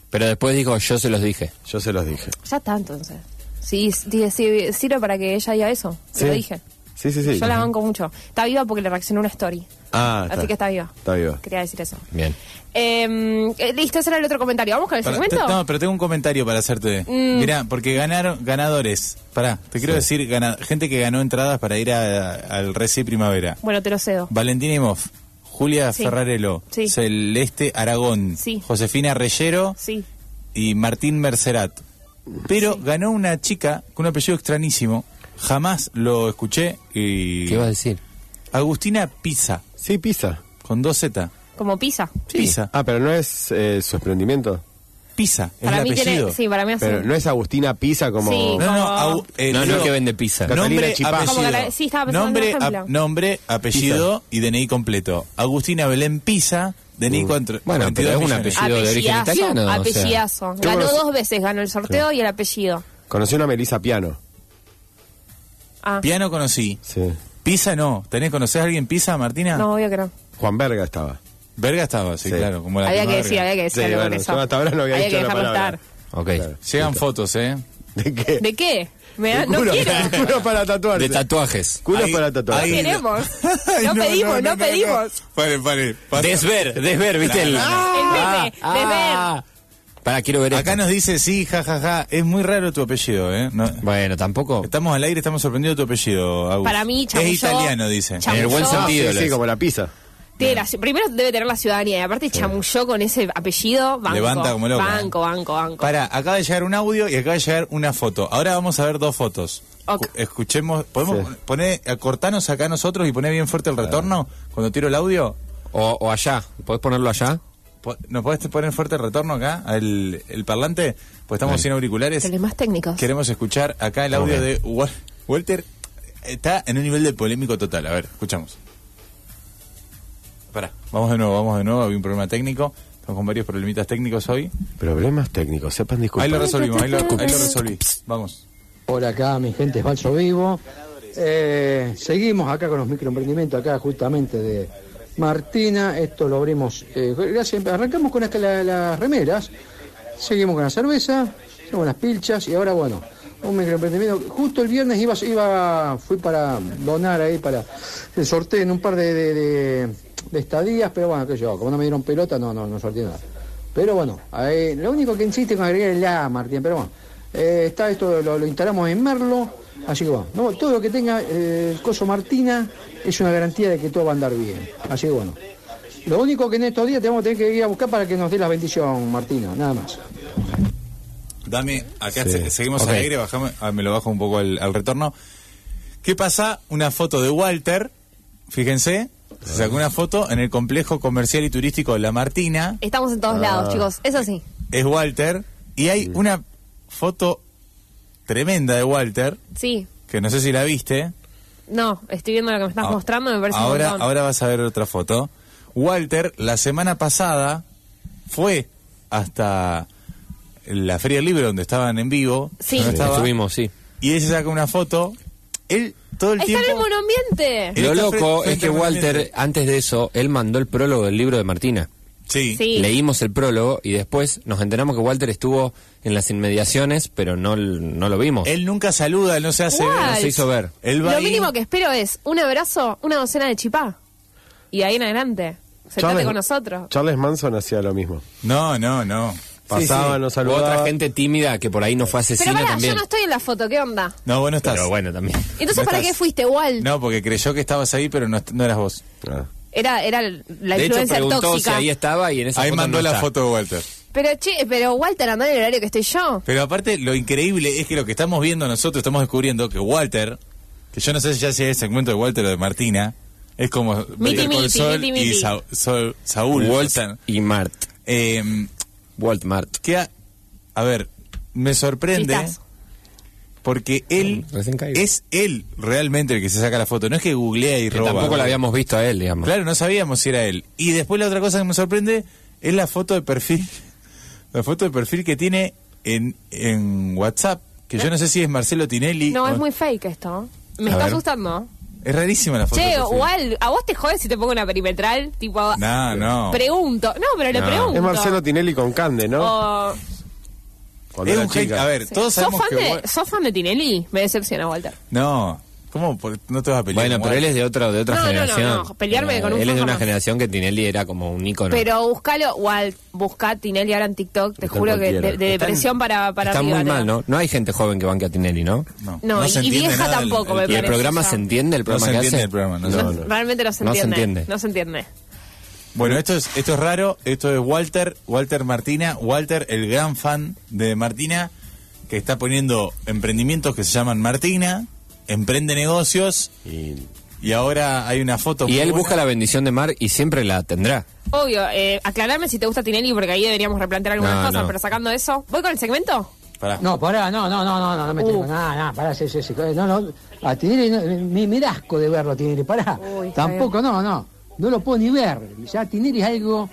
[SPEAKER 4] Pero después dijo, yo se los dije.
[SPEAKER 2] Yo se los dije.
[SPEAKER 3] Ya está entonces. Sí, sí, sí, sirve para que ella diga eso. Te lo dije.
[SPEAKER 2] Sí, sí, sí.
[SPEAKER 3] Yo la banco mucho. Está viva porque le reaccionó una story.
[SPEAKER 2] Ah,
[SPEAKER 3] Así que está viva.
[SPEAKER 2] Está viva.
[SPEAKER 3] Quería decir eso.
[SPEAKER 4] Bien.
[SPEAKER 3] Eh, eh, listo, ese era el otro comentario. ¿Vamos con el
[SPEAKER 1] Pará,
[SPEAKER 3] segmento?
[SPEAKER 1] te- no, pero tengo un comentario para hacerte.
[SPEAKER 3] Mm.
[SPEAKER 1] Mirá, porque ganaron ganadores. Pará, te quiero decir, gana- gente que ganó entradas para ir a- a- al Reci Primavera.
[SPEAKER 3] Bueno, te lo cedo.
[SPEAKER 1] Valentina Imov, Julia
[SPEAKER 3] Sí.
[SPEAKER 1] Ferrarelo,
[SPEAKER 3] Sí.
[SPEAKER 1] Celeste Aragón,
[SPEAKER 3] Sí.
[SPEAKER 1] Josefina Reyero
[SPEAKER 3] Sí.
[SPEAKER 1] y Martín Mercerat. Pero ganó una chica con un apellido extrañísimo. Jamás lo escuché y...
[SPEAKER 4] ¿Qué iba a decir?
[SPEAKER 1] Agustina Pisa,
[SPEAKER 2] Sí, pisa.
[SPEAKER 1] con dos Z.
[SPEAKER 3] Como pizza.
[SPEAKER 1] Pisa.
[SPEAKER 2] Ah, pero no es eh, su emprendimiento.
[SPEAKER 1] Pisa, es
[SPEAKER 3] Para
[SPEAKER 1] el
[SPEAKER 3] mí
[SPEAKER 1] apellido.
[SPEAKER 3] tiene. Sí, para mí hace.
[SPEAKER 2] Pero no es Agustina Pisa como...
[SPEAKER 3] Sí.
[SPEAKER 1] No, no,
[SPEAKER 3] Como-
[SPEAKER 1] au- eh,
[SPEAKER 4] No, no,
[SPEAKER 1] digo,
[SPEAKER 4] que vende pizza.
[SPEAKER 2] Catalina
[SPEAKER 1] Nombre,
[SPEAKER 2] Chipá.
[SPEAKER 1] apellido.
[SPEAKER 3] Como Cata- sí, estaba pensando en un
[SPEAKER 1] nombre,
[SPEAKER 3] ejemplo.
[SPEAKER 1] ap- nombre, apellido y DNI completo. Agustina Belén Pisa, DNI cuatro-
[SPEAKER 4] Uh. Bueno,
[SPEAKER 1] 42
[SPEAKER 4] pero es un
[SPEAKER 1] millones.
[SPEAKER 4] apellido. de origen
[SPEAKER 3] Apellidazo,
[SPEAKER 4] italiano, o sea.
[SPEAKER 3] apellidazo.
[SPEAKER 2] Yo
[SPEAKER 3] Ganó
[SPEAKER 2] conocí-
[SPEAKER 3] dos veces, ganó el sorteo y el apellido.
[SPEAKER 2] Conocí una Melissa Piano.
[SPEAKER 3] Ah,
[SPEAKER 1] Piano conocí.
[SPEAKER 2] Sí.
[SPEAKER 1] Pisa no. ¿Tenés conocer a alguien Pisa, Martina?
[SPEAKER 3] no, obvio que no.
[SPEAKER 2] Juan Verga estaba.
[SPEAKER 1] Verga estaba, sí,
[SPEAKER 2] Sí.
[SPEAKER 1] claro. Como la
[SPEAKER 3] había
[SPEAKER 1] misma
[SPEAKER 3] que
[SPEAKER 1] verga.
[SPEAKER 3] decir, había que decir
[SPEAKER 2] Sí,
[SPEAKER 3] algo
[SPEAKER 2] bueno,
[SPEAKER 3] con eso.
[SPEAKER 2] yo hasta ahora no había dicho
[SPEAKER 3] que
[SPEAKER 2] la
[SPEAKER 3] dejarlo
[SPEAKER 2] palabra.
[SPEAKER 3] estar.
[SPEAKER 4] Ok.
[SPEAKER 2] Claro.
[SPEAKER 1] Llegan fotos, ¿eh?
[SPEAKER 2] ¿De qué?
[SPEAKER 3] ¿De qué? Me da- ¿Eh? no
[SPEAKER 2] culo,
[SPEAKER 3] quiero.
[SPEAKER 2] culo para tatuarse.
[SPEAKER 4] De tatuajes.
[SPEAKER 2] culo
[SPEAKER 1] Ahí-
[SPEAKER 2] para tatuar.
[SPEAKER 1] ahí-
[SPEAKER 3] Queremos. No pedimos, no pedimos.
[SPEAKER 1] Pare, pare. pasa.
[SPEAKER 4] Desver, desver, ¿viste?
[SPEAKER 1] No,
[SPEAKER 4] el...
[SPEAKER 1] no, no.
[SPEAKER 3] El meme,
[SPEAKER 4] ah. Para, quiero ver
[SPEAKER 1] Acá
[SPEAKER 4] esto.
[SPEAKER 1] nos dice, sí, jajaja. Es muy raro tu apellido, ¿eh? No-
[SPEAKER 4] Bueno, tampoco.
[SPEAKER 1] Estamos al aire, estamos sorprendidos de tu apellido, Agus.
[SPEAKER 3] Para mí, chamulló.
[SPEAKER 1] Es italiano, dice.
[SPEAKER 4] En el buen
[SPEAKER 3] Chamulló.
[SPEAKER 4] sentido.
[SPEAKER 2] Sí,
[SPEAKER 4] ídolos.
[SPEAKER 2] sí, como la pizza.
[SPEAKER 3] Tiene la- primero debe tener la ciudadanía y aparte chamulló con ese apellido. Banco,
[SPEAKER 1] Levanta como loco,
[SPEAKER 3] Banco, banco, banco.
[SPEAKER 1] Para, acaba de llegar un audio y acaba de llegar una foto. Ahora vamos a ver dos fotos.
[SPEAKER 3] Ok.
[SPEAKER 1] Escu- Escuchemos, podemos
[SPEAKER 2] Sí.
[SPEAKER 1] poner, cortarnos acá nosotros y poner bien fuerte el retorno cuando tiro el audio.
[SPEAKER 4] O, o allá. ¿Podés ponerlo allá?
[SPEAKER 1] Po- ¿Nos podés poner fuerte el retorno acá, el, el parlante? Pues estamos sin auriculares.
[SPEAKER 3] Teles más técnicos.
[SPEAKER 1] Queremos escuchar acá el audio de Wal- Walter. Está en un nivel de polémico total. A ver, escuchamos. Pará,
[SPEAKER 4] Eh,
[SPEAKER 1] vamos de nuevo, vamos de nuevo. Había un problema técnico. Estamos con varios problemitas técnicos hoy.
[SPEAKER 2] Problemas técnicos, sepan disculpar.
[SPEAKER 1] Ahí lo resolvimos, ahí lo, ahí lo resolví. Vamos.
[SPEAKER 5] Por acá, mi gente, es Falso Vivo. Eh, seguimos acá con los microemprendimientos, acá justamente de Martina. Esto lo abrimos. eh, gracias. Arrancamos con acá la- las remeras, seguimos con la cerveza, seguimos con las pilchas y ahora, bueno, un microemprendimiento. Justo el viernes iba, iba fui para donar ahí para el sorteo en un par de, de- de- de estadías, pero bueno, qué sé yo, como no me dieron pelota, no, no, no sorteé nada. Pero bueno, ahí, lo único que insiste con agregar es la Martín, pero bueno. Eh, está esto, lo, lo instalamos en Merlo, así que bueno, no, todo lo que tenga eh, el coso Martina es una garantía de que todo va a andar bien. Así que bueno. Lo único que en estos días tenemos que tener que ir a buscar para que nos dé la bendición, Martina, nada más.
[SPEAKER 1] Dame, acá
[SPEAKER 2] Sí.
[SPEAKER 1] se- seguimos
[SPEAKER 4] Ok.
[SPEAKER 1] al aire, bajame, ah, me lo bajo un poco al, al retorno. ¿Qué pasa? Una foto de Walter, fíjense, se sacó una foto en el complejo comercial y turístico La Martina,
[SPEAKER 3] Estamos en todos lados, chicos. Eso sí.
[SPEAKER 1] es Walter, y hay una foto tremenda de Walter,
[SPEAKER 3] Sí.
[SPEAKER 1] que no sé si la viste.
[SPEAKER 3] No, estoy viendo lo que me estás
[SPEAKER 1] Ah,
[SPEAKER 3] mostrando, me parece
[SPEAKER 1] ahora,
[SPEAKER 3] un montón.
[SPEAKER 1] ahora vas a ver otra foto. Walter, la semana pasada, fue hasta la Feria del Libro, donde estaban en vivo.
[SPEAKER 3] Sí.
[SPEAKER 1] donde estaba,
[SPEAKER 4] Estuvimos, sí.
[SPEAKER 1] y él se saca una foto. Él todo el
[SPEAKER 3] Está
[SPEAKER 1] tiempo.
[SPEAKER 3] en el monoambiente.
[SPEAKER 1] Él
[SPEAKER 4] Lo
[SPEAKER 1] está
[SPEAKER 4] loco
[SPEAKER 1] frente-
[SPEAKER 4] es
[SPEAKER 1] frente
[SPEAKER 4] que
[SPEAKER 1] al
[SPEAKER 4] Walter,
[SPEAKER 1] ambiente.
[SPEAKER 4] antes de eso, él mandó el prólogo del libro de Martina.
[SPEAKER 1] Sí.
[SPEAKER 3] Sí.
[SPEAKER 4] Leímos el prólogo y después nos enteramos que Walter estuvo en las inmediaciones, pero no, no lo vimos.
[SPEAKER 1] Él nunca saluda, no se hace.
[SPEAKER 3] Wow.
[SPEAKER 4] no se hizo ver.
[SPEAKER 1] Él va
[SPEAKER 3] Lo
[SPEAKER 1] ahí.
[SPEAKER 3] mínimo que espero es un abrazo, una docena de chipá. Y ahí en adelante. Sentate con nosotros.
[SPEAKER 2] Charles Manson hacía lo mismo.
[SPEAKER 1] No, no, no.
[SPEAKER 2] Pasaba,
[SPEAKER 4] Sí, sí.
[SPEAKER 2] Ah, nos saludaba.
[SPEAKER 4] U Otra gente tímida que por ahí no fue
[SPEAKER 3] Pero
[SPEAKER 4] asesina
[SPEAKER 3] pará,
[SPEAKER 4] también.
[SPEAKER 3] yo no estoy en la foto, ¿qué onda?
[SPEAKER 1] No, vos no estás.
[SPEAKER 4] Pero bueno, también.
[SPEAKER 3] Entonces,
[SPEAKER 1] No
[SPEAKER 3] ¿para
[SPEAKER 1] estás.
[SPEAKER 3] qué fuiste, Wal?
[SPEAKER 1] No, porque creyó que estabas ahí, pero no, est- no eras vos.
[SPEAKER 2] Ah.
[SPEAKER 3] Era, era la
[SPEAKER 4] de hecho,
[SPEAKER 3] influencia
[SPEAKER 4] preguntó si
[SPEAKER 3] tóxica.
[SPEAKER 4] ahí estaba y en esa
[SPEAKER 1] Ahí
[SPEAKER 4] foto
[SPEAKER 1] mandó
[SPEAKER 4] no
[SPEAKER 1] la
[SPEAKER 4] está.
[SPEAKER 1] foto de Walter.
[SPEAKER 3] Pero, che, pero Walter anda en el horario que estoy yo.
[SPEAKER 1] Pero aparte, lo increíble es que lo que estamos viendo nosotros, estamos descubriendo que Walter, que yo no sé si ya sea el segmento de Walter o de Martina, es como Better Call
[SPEAKER 3] miti,
[SPEAKER 1] Saul
[SPEAKER 3] miti,
[SPEAKER 1] y
[SPEAKER 3] miti.
[SPEAKER 1] Sa- Saul- Saúl.
[SPEAKER 4] Walt
[SPEAKER 1] o sea,
[SPEAKER 4] y Mart.
[SPEAKER 1] eh,
[SPEAKER 4] Walt Mart.
[SPEAKER 1] que a, a ver, me sorprende
[SPEAKER 3] Chistazo.
[SPEAKER 1] porque él
[SPEAKER 4] Mm, recién caído.
[SPEAKER 1] es él realmente el que se saca la foto, no es que googlea y
[SPEAKER 4] Que
[SPEAKER 1] roba.
[SPEAKER 4] tampoco lo habíamos visto a él, digamos.
[SPEAKER 1] Claro, no sabíamos si era él. Y después la otra cosa que me sorprende es la foto de perfil. La foto de perfil que tiene en, en WhatsApp, que yo no sé si es Marcelo Tinelli.
[SPEAKER 3] No,
[SPEAKER 1] o-
[SPEAKER 3] es muy fake esto. Me
[SPEAKER 1] A
[SPEAKER 3] está
[SPEAKER 1] ver.
[SPEAKER 3] asustando.
[SPEAKER 1] Es rarísima la foto. de
[SPEAKER 3] Che,
[SPEAKER 1] perfil.
[SPEAKER 3] igual, ¿a vos te jodes si te pongo una perimetral? Tipo,
[SPEAKER 1] No, no.
[SPEAKER 3] pregunto. No, pero le
[SPEAKER 4] No.
[SPEAKER 3] pregunto. Oh.
[SPEAKER 2] Es Marcelo Tinelli con Cande, ¿no?
[SPEAKER 3] O-
[SPEAKER 2] Cuando
[SPEAKER 1] Es
[SPEAKER 2] era
[SPEAKER 1] un gen-
[SPEAKER 2] chica.
[SPEAKER 1] A ver, todos
[SPEAKER 3] ¿Sos,
[SPEAKER 1] sabemos
[SPEAKER 3] fan
[SPEAKER 1] que. Wa-
[SPEAKER 3] de, ¿Sos fan de Tinelli? Me decepciona, Walter.
[SPEAKER 1] No. ¿Cómo? Por- No te vas a pelear.
[SPEAKER 4] Bueno,
[SPEAKER 1] con
[SPEAKER 4] pero
[SPEAKER 1] Walter.
[SPEAKER 4] él es de otra, de otra
[SPEAKER 3] No, no, no,
[SPEAKER 4] generación. Eh,
[SPEAKER 3] no, pelearme con un
[SPEAKER 4] Él es de una
[SPEAKER 3] jamás.
[SPEAKER 4] generación que Tinelli era como un ícono.
[SPEAKER 3] Pero búscalo, Walt, buscá Tinelli ahora en TikTok, te
[SPEAKER 4] Está
[SPEAKER 3] juro que de,
[SPEAKER 4] cualquiera.
[SPEAKER 3] de
[SPEAKER 4] Están-
[SPEAKER 3] depresión para, para
[SPEAKER 4] Está
[SPEAKER 3] arriba,
[SPEAKER 4] muy
[SPEAKER 3] te
[SPEAKER 4] mal,
[SPEAKER 3] da.
[SPEAKER 4] ¿no? No hay gente joven que banque a Tinelli, ¿no?
[SPEAKER 1] No,
[SPEAKER 3] No, y-
[SPEAKER 1] se
[SPEAKER 3] y
[SPEAKER 1] entiende
[SPEAKER 3] vieja
[SPEAKER 1] nada el-
[SPEAKER 3] tampoco,
[SPEAKER 1] el-
[SPEAKER 3] me
[SPEAKER 4] ¿Y el
[SPEAKER 3] parece
[SPEAKER 4] programa
[SPEAKER 3] ya.
[SPEAKER 4] se entiende? ¿El
[SPEAKER 1] No
[SPEAKER 4] programa
[SPEAKER 1] se
[SPEAKER 4] que
[SPEAKER 1] entiende
[SPEAKER 4] hace?
[SPEAKER 1] el programa. No,
[SPEAKER 3] No,
[SPEAKER 1] se
[SPEAKER 4] No,
[SPEAKER 1] entiende.
[SPEAKER 3] Realmente no se
[SPEAKER 4] No se
[SPEAKER 3] entiende.
[SPEAKER 4] entiende.
[SPEAKER 3] No se entiende.
[SPEAKER 1] Bueno, esto es, esto es raro. Esto es Walter, Walter Martina. Walter, el gran fan de Martina, que está poniendo emprendimientos que se llaman Martina, emprende negocios
[SPEAKER 2] Y-
[SPEAKER 1] y ahora hay una foto.
[SPEAKER 4] Y
[SPEAKER 1] muy
[SPEAKER 4] él
[SPEAKER 1] buena.
[SPEAKER 4] busca la bendición de Mar y siempre la tendrá.
[SPEAKER 3] Obvio, eh, aclarame si te gusta Tinelli porque ahí deberíamos replantear algunas
[SPEAKER 4] No,
[SPEAKER 3] cosas,
[SPEAKER 4] no.
[SPEAKER 3] pero sacando eso, ¿voy con el segmento?
[SPEAKER 1] Pará.
[SPEAKER 5] No, pará, no, no, no, no, no, no me tengo
[SPEAKER 3] Uh.
[SPEAKER 5] nada, nada, pará, sí, sí, sí, eh, no, no, a Tinelli, no, me, me da asco de verlo a Tinelli, pará,
[SPEAKER 3] Uy, está
[SPEAKER 5] tampoco, no, no, no lo puedo ni ver, ya Tinelli es algo,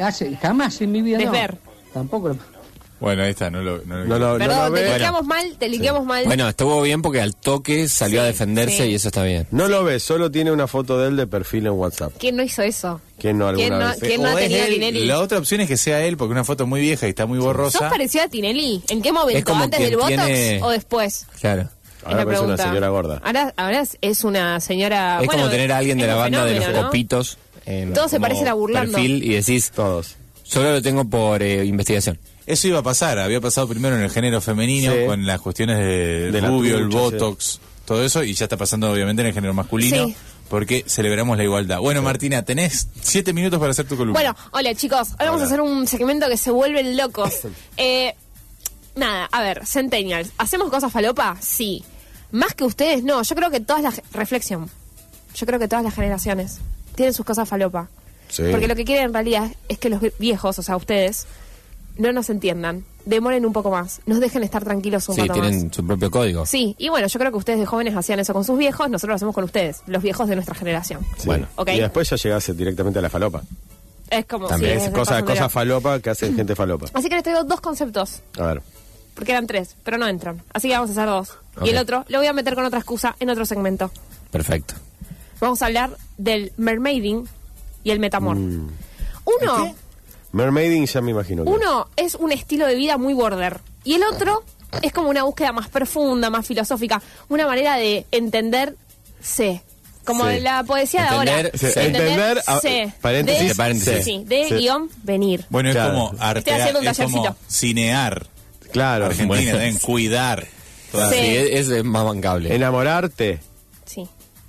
[SPEAKER 5] hace, jamás en mi vida, no.
[SPEAKER 3] Desver.
[SPEAKER 5] tampoco, lo-
[SPEAKER 1] Bueno, ahí está, no lo, no lo-
[SPEAKER 2] No, lo- no,
[SPEAKER 3] Perdón,
[SPEAKER 2] lo
[SPEAKER 3] te
[SPEAKER 2] ve.
[SPEAKER 3] linkeamos mal, te linkeamos mal.
[SPEAKER 4] Bueno, estuvo bien porque al toque salió
[SPEAKER 3] Sí,
[SPEAKER 4] a defenderse
[SPEAKER 3] sí.
[SPEAKER 4] y eso está bien.
[SPEAKER 2] No lo ve, solo tiene una foto de él de perfil en WhatsApp.
[SPEAKER 3] ¿Quién no hizo eso?
[SPEAKER 2] ¿Quién no alguna
[SPEAKER 3] ¿Quién no,
[SPEAKER 2] vez?
[SPEAKER 3] quién no
[SPEAKER 1] O
[SPEAKER 3] ha
[SPEAKER 1] es
[SPEAKER 3] tenido
[SPEAKER 1] él,
[SPEAKER 3] Tinelli?
[SPEAKER 1] La otra opción es que sea él, porque una foto muy vieja y está muy borrosa.
[SPEAKER 3] ¿Sos parecido a Tinelli? ¿En qué momento?
[SPEAKER 4] como
[SPEAKER 3] ¿Antes del
[SPEAKER 4] quien
[SPEAKER 3] Botox
[SPEAKER 4] tiene-
[SPEAKER 3] o después?
[SPEAKER 4] Claro.
[SPEAKER 2] Ahora
[SPEAKER 3] es la
[SPEAKER 2] parece una
[SPEAKER 3] pregunta.
[SPEAKER 2] señora gorda.
[SPEAKER 3] Ahora, ahora es- es una señora.
[SPEAKER 4] es
[SPEAKER 3] bueno,
[SPEAKER 4] como tener a alguien de
[SPEAKER 3] es
[SPEAKER 4] la
[SPEAKER 3] un
[SPEAKER 4] banda de
[SPEAKER 3] fenómeno,
[SPEAKER 4] los
[SPEAKER 3] ¿no?
[SPEAKER 4] copitos. en-
[SPEAKER 3] Todos se
[SPEAKER 4] como
[SPEAKER 3] parecen a Burlando.
[SPEAKER 4] Perfil y decís,
[SPEAKER 2] Todos.
[SPEAKER 4] solo lo tengo por eh, investigación.
[SPEAKER 1] Eso iba a pasar, había pasado primero en el género femenino
[SPEAKER 2] Sí.
[SPEAKER 1] con las cuestiones de,
[SPEAKER 2] De la
[SPEAKER 1] rubio, el
[SPEAKER 2] trucha,
[SPEAKER 1] botox, todo eso, y ya está pasando obviamente en el género masculino,
[SPEAKER 3] Sí.
[SPEAKER 1] porque celebramos la igualdad. Bueno, Martina, tenés siete minutos para hacer tu columna.
[SPEAKER 3] Bueno, hola chicos, ahora vamos a hacer un segmento que se vuelven locos. Eh, nada, a ver, Centennials, ¿hacemos cosas falopa? Sí. Más que ustedes, no. Yo creo que todas las... Reflexión. Yo creo que todas las generaciones tienen sus cosas falopa.
[SPEAKER 2] Sí.
[SPEAKER 3] Porque lo que quieren en realidad es que los viejos, o sea, ustedes, no nos entiendan. Demoren un poco más. Nos dejen estar tranquilos un
[SPEAKER 4] Sí,
[SPEAKER 3] rato más.
[SPEAKER 4] tienen su propio código.
[SPEAKER 3] Sí, y bueno, yo creo que ustedes de jóvenes hacían eso con sus viejos, nosotros lo hacemos con ustedes, los viejos de nuestra generación.
[SPEAKER 2] Sí.
[SPEAKER 4] Bueno,
[SPEAKER 3] ok.
[SPEAKER 2] Y después ya llegase directamente a la falopa.
[SPEAKER 3] Es como...
[SPEAKER 4] También
[SPEAKER 3] sí,
[SPEAKER 2] Es
[SPEAKER 3] desde
[SPEAKER 2] cosa,
[SPEAKER 3] Paso Frontera.
[SPEAKER 2] cosa falopa que hacen gente falopa.
[SPEAKER 3] Así que les traigo dos conceptos,
[SPEAKER 2] A ver.
[SPEAKER 3] porque eran tres, pero no entran. Así que vamos a hacer dos.
[SPEAKER 4] Ok.
[SPEAKER 3] Y el otro lo voy a meter con otra excusa en otro segmento.
[SPEAKER 4] Perfecto.
[SPEAKER 3] Vamos a hablar del mermaiding y el metamor.
[SPEAKER 2] Mm.
[SPEAKER 3] Uno,
[SPEAKER 2] Mermaiding ya me imagino. que-
[SPEAKER 3] uno es un estilo de vida muy border y el otro es como una búsqueda más profunda, más filosófica, una manera de entenderse. Como
[SPEAKER 2] Sí.
[SPEAKER 3] la poesía
[SPEAKER 4] Entender,
[SPEAKER 3] de
[SPEAKER 2] Sí,
[SPEAKER 3] ahora.
[SPEAKER 4] se-
[SPEAKER 2] Entender, a-
[SPEAKER 3] se.
[SPEAKER 2] paréntesis,
[SPEAKER 3] De-
[SPEAKER 4] paréntesis.
[SPEAKER 3] sí, de
[SPEAKER 2] se.
[SPEAKER 3] guión venir.
[SPEAKER 1] Bueno, es
[SPEAKER 2] Claro.
[SPEAKER 1] como artear,
[SPEAKER 3] haciendo un
[SPEAKER 1] es como
[SPEAKER 3] tallercito.
[SPEAKER 1] cinear.
[SPEAKER 2] Claro.
[SPEAKER 1] Argentina,
[SPEAKER 4] Bueno.
[SPEAKER 1] deben cuidar.
[SPEAKER 4] Claro,
[SPEAKER 3] Sí.
[SPEAKER 4] sí, es, es más bancable.
[SPEAKER 2] Enamorarte,
[SPEAKER 3] Sí.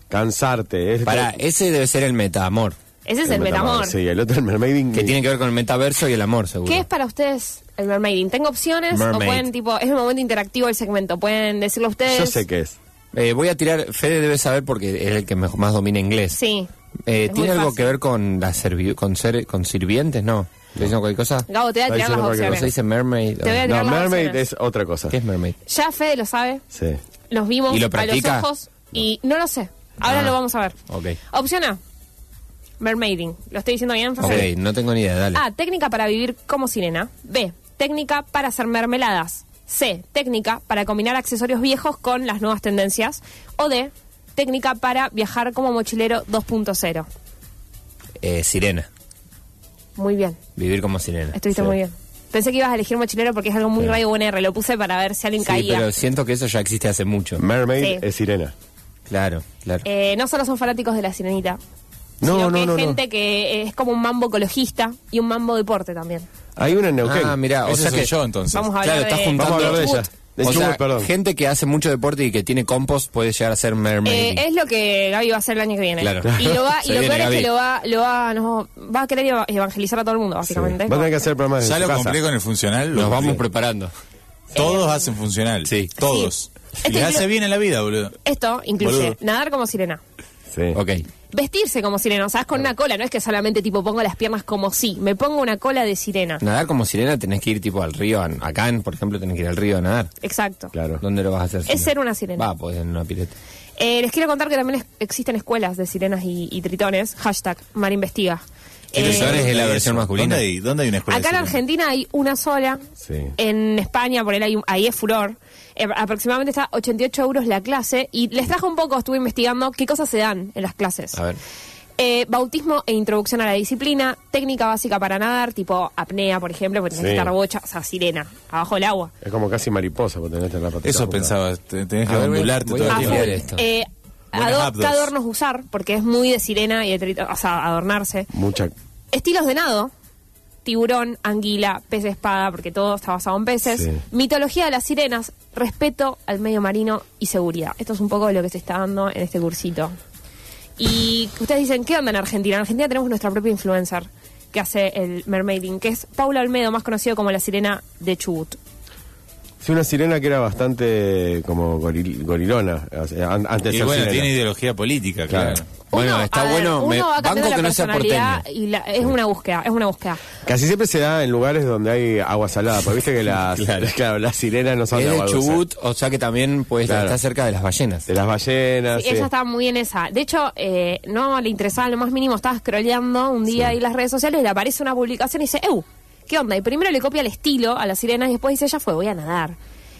[SPEAKER 2] cansarte. ¿eh? Es
[SPEAKER 4] Para, ese debe ser el meta amor.
[SPEAKER 3] Ese es el, metamor.
[SPEAKER 2] Sí, el otro el mermaiding.
[SPEAKER 4] Que tiene que ver con el metaverso y el amor, seguro.
[SPEAKER 3] ¿Qué es para ustedes el mermaiding? ¿Tengo opciones? ¿O
[SPEAKER 4] Mermaid.
[SPEAKER 3] pueden, tipo, es el momento interactivo del segmento? ¿Pueden decirlo ustedes?
[SPEAKER 2] Yo sé qué es.
[SPEAKER 4] Eh, voy a tirar, Fede debe saber porque es el que mejor- más domina inglés.
[SPEAKER 3] Sí.
[SPEAKER 4] Eh,
[SPEAKER 3] Es muy
[SPEAKER 4] ¿Tiene algo
[SPEAKER 3] fácil.
[SPEAKER 4] que ver con la servi- con, ser con sirvientes? No. ¿Estoy diciendo cualquier cosa?
[SPEAKER 3] Gabo, te voy a
[SPEAKER 2] Ahí
[SPEAKER 3] tirar
[SPEAKER 2] se
[SPEAKER 3] las
[SPEAKER 2] me va a quedar.
[SPEAKER 4] ¿No se
[SPEAKER 3] opciones.
[SPEAKER 4] dice mermaid?
[SPEAKER 3] Te voy a-
[SPEAKER 2] No,
[SPEAKER 3] las
[SPEAKER 2] mermaid
[SPEAKER 3] opciones.
[SPEAKER 2] es otra cosa.
[SPEAKER 4] ¿Qué es mermaid?
[SPEAKER 3] Ya Fede lo sabe,
[SPEAKER 2] Sí.
[SPEAKER 3] nos vimos
[SPEAKER 4] ¿Y lo
[SPEAKER 3] a los
[SPEAKER 4] practica?
[SPEAKER 3] ojos y no lo sé. Ahora
[SPEAKER 4] Ah.
[SPEAKER 3] lo vamos a ver.
[SPEAKER 4] Ok.
[SPEAKER 3] Opción A, mermaiding. ¿Lo estoy diciendo bien,
[SPEAKER 4] Ok,
[SPEAKER 3] Fede?
[SPEAKER 4] no tengo ni idea, dale.
[SPEAKER 3] A, técnica para vivir como sirena. B, técnica para hacer mermeladas. C, técnica para combinar accesorios viejos con las nuevas tendencias. O D, técnica para viajar como mochilero 2.0.
[SPEAKER 4] Eh, sirena.
[SPEAKER 3] Muy bien.
[SPEAKER 4] Vivir como sirena.
[SPEAKER 3] Estuviste
[SPEAKER 4] Sí.
[SPEAKER 3] muy bien. Pensé que ibas a elegir mochilero porque es algo muy
[SPEAKER 4] Sí.
[SPEAKER 3] radio UNR. Lo puse para ver si alguien
[SPEAKER 4] Sí,
[SPEAKER 3] caía.
[SPEAKER 4] pero siento que eso ya existe hace mucho.
[SPEAKER 2] Mermaid
[SPEAKER 3] Sí.
[SPEAKER 2] es sirena.
[SPEAKER 4] Claro, claro.
[SPEAKER 3] Eh, no solo son fanáticos de la sirenita.
[SPEAKER 2] No,
[SPEAKER 3] sino
[SPEAKER 2] no,
[SPEAKER 3] que es
[SPEAKER 2] no, no.
[SPEAKER 3] gente que es como un mambo ecologista y un mambo deporte también.
[SPEAKER 2] Hay una en Neuquén.
[SPEAKER 4] ah, mira, o
[SPEAKER 1] Ese
[SPEAKER 4] sea
[SPEAKER 1] soy
[SPEAKER 4] que
[SPEAKER 1] yo entonces.
[SPEAKER 3] Vamos a hablar
[SPEAKER 4] Claro,
[SPEAKER 3] de...
[SPEAKER 4] estás juntando
[SPEAKER 2] Vamos a hablar de ella. El
[SPEAKER 4] O
[SPEAKER 2] yogur,
[SPEAKER 4] sea,
[SPEAKER 2] perdón.
[SPEAKER 4] gente que hace mucho deporte y que tiene compost puede llegar a ser mermaid.
[SPEAKER 3] Eh, es lo que Gaby va a hacer el año que viene.
[SPEAKER 4] Claro.
[SPEAKER 3] Y lo, va, y
[SPEAKER 4] Se
[SPEAKER 3] lo
[SPEAKER 4] viene,
[SPEAKER 3] peor es
[SPEAKER 4] Gaby.
[SPEAKER 3] que lo va, lo va, nos va a querer eva- evangelizar a todo el mundo, básicamente.
[SPEAKER 2] Va a tener que hacer programas de
[SPEAKER 1] Ya lo
[SPEAKER 2] casa.
[SPEAKER 1] compré con el funcional. lo
[SPEAKER 4] Nos vamos
[SPEAKER 1] compré.
[SPEAKER 4] preparando.
[SPEAKER 1] Todos hacen funcional.
[SPEAKER 4] Sí.
[SPEAKER 1] Todos.
[SPEAKER 3] Sí.
[SPEAKER 1] Y
[SPEAKER 3] Este
[SPEAKER 1] les hace
[SPEAKER 3] creo-
[SPEAKER 1] bien en la vida, boludo.
[SPEAKER 3] Esto incluye
[SPEAKER 1] Boludo.
[SPEAKER 3] nadar como sirena.
[SPEAKER 2] Sí.
[SPEAKER 4] Ok.
[SPEAKER 3] Vestirse como sirena, o sea, es con una cola, no es que solamente tipo pongo las piernas como sí, me pongo una cola de sirena.
[SPEAKER 4] Nadar como sirena tenés que ir tipo al río. a- Acá, en- por ejemplo, tenés que ir al río a nadar.
[SPEAKER 3] Exacto.
[SPEAKER 2] Claro.
[SPEAKER 4] ¿Dónde lo vas a hacer? si
[SPEAKER 3] Es
[SPEAKER 4] no?
[SPEAKER 3] ser una sirena.
[SPEAKER 4] Va, pues en una pileta.
[SPEAKER 3] Eh, les quiero contar que también es- existen escuelas de sirenas y, y tritones. Hashtag Mar Investiga.
[SPEAKER 4] Quiero
[SPEAKER 3] Eh,
[SPEAKER 4] saber es la
[SPEAKER 1] ¿Dónde
[SPEAKER 4] versión
[SPEAKER 1] eso?
[SPEAKER 4] masculina.
[SPEAKER 1] ¿Dónde hay, dónde hay una escuela?
[SPEAKER 3] Acá en
[SPEAKER 1] de cine?
[SPEAKER 3] Argentina hay una sola.
[SPEAKER 2] Sí.
[SPEAKER 3] En España, por él hay, un- ahí es furor. Eh, aproximadamente está 88 euros la clase. Y les traje un poco, estuve investigando qué cosas se dan en las clases.
[SPEAKER 4] A ver.
[SPEAKER 3] Eh, bautismo e introducción a la disciplina, técnica básica para nadar, tipo apnea, por ejemplo, porque tenés
[SPEAKER 2] Sí.
[SPEAKER 3] que estar bocha, o sea, sirena, abajo del agua.
[SPEAKER 2] Es como casi mariposa por tenerte la patita.
[SPEAKER 1] Eso
[SPEAKER 2] junta.
[SPEAKER 1] pensaba. te- Tenés que
[SPEAKER 4] A ver, voy-
[SPEAKER 1] ondularte
[SPEAKER 4] voy
[SPEAKER 1] todo
[SPEAKER 4] a
[SPEAKER 1] el
[SPEAKER 4] googlear
[SPEAKER 1] tiempo.
[SPEAKER 4] esto.
[SPEAKER 3] Eh,
[SPEAKER 1] Buenos
[SPEAKER 3] ador-
[SPEAKER 1] abdos.
[SPEAKER 3] ¿Qué adornos usar? Porque es muy de sirena y de trito- o sea, adornarse.
[SPEAKER 2] Mucha.
[SPEAKER 3] Estilos de nado. Tiburón, anguila, pez de espada, porque todo está basado en peces.
[SPEAKER 2] Sí.
[SPEAKER 3] Mitología de las sirenas, respeto al medio marino y seguridad. Esto es un poco lo que se está dando en este cursito. Y ustedes dicen, ¿qué onda en Argentina? En Argentina tenemos nuestra propia influencer que hace el mermaiding, que es Paula Olmedo, más conocido como la sirena de Chubut.
[SPEAKER 2] Sí, una sirena que era bastante como goril- gorilona. o sea, an- antes de
[SPEAKER 1] Y
[SPEAKER 2] ser
[SPEAKER 1] bueno,
[SPEAKER 2] sirena.
[SPEAKER 1] tiene ideología política, claro.
[SPEAKER 2] Claro.
[SPEAKER 4] Bueno,
[SPEAKER 3] Uno,
[SPEAKER 4] está
[SPEAKER 3] a ver,
[SPEAKER 4] bueno. me-
[SPEAKER 3] uno va cambiando
[SPEAKER 4] banco
[SPEAKER 3] la
[SPEAKER 4] que no sea
[SPEAKER 3] personalidad
[SPEAKER 4] porteño.
[SPEAKER 3] y la- es una búsqueda, es una búsqueda.
[SPEAKER 2] Casi siempre se da en lugares donde hay agua salada. Porque viste que las, claro. las sirenas no son
[SPEAKER 4] Es
[SPEAKER 2] de
[SPEAKER 4] de
[SPEAKER 2] agua dulce.
[SPEAKER 4] Chubut, o sea que también puede estar
[SPEAKER 2] Claro.
[SPEAKER 4] está cerca de las ballenas.
[SPEAKER 2] De las ballenas.
[SPEAKER 3] Sí,
[SPEAKER 2] sí.
[SPEAKER 3] ella estaba muy en esa. De hecho, eh, no le interesaba en lo más mínimo. Estaba scrolleando un día ahí las redes sociales y le aparece una publicación y dice, ¡Ew! ¿Qué onda? Y primero le copia el estilo a las sirenas y después dice, ya fue, voy a nadar.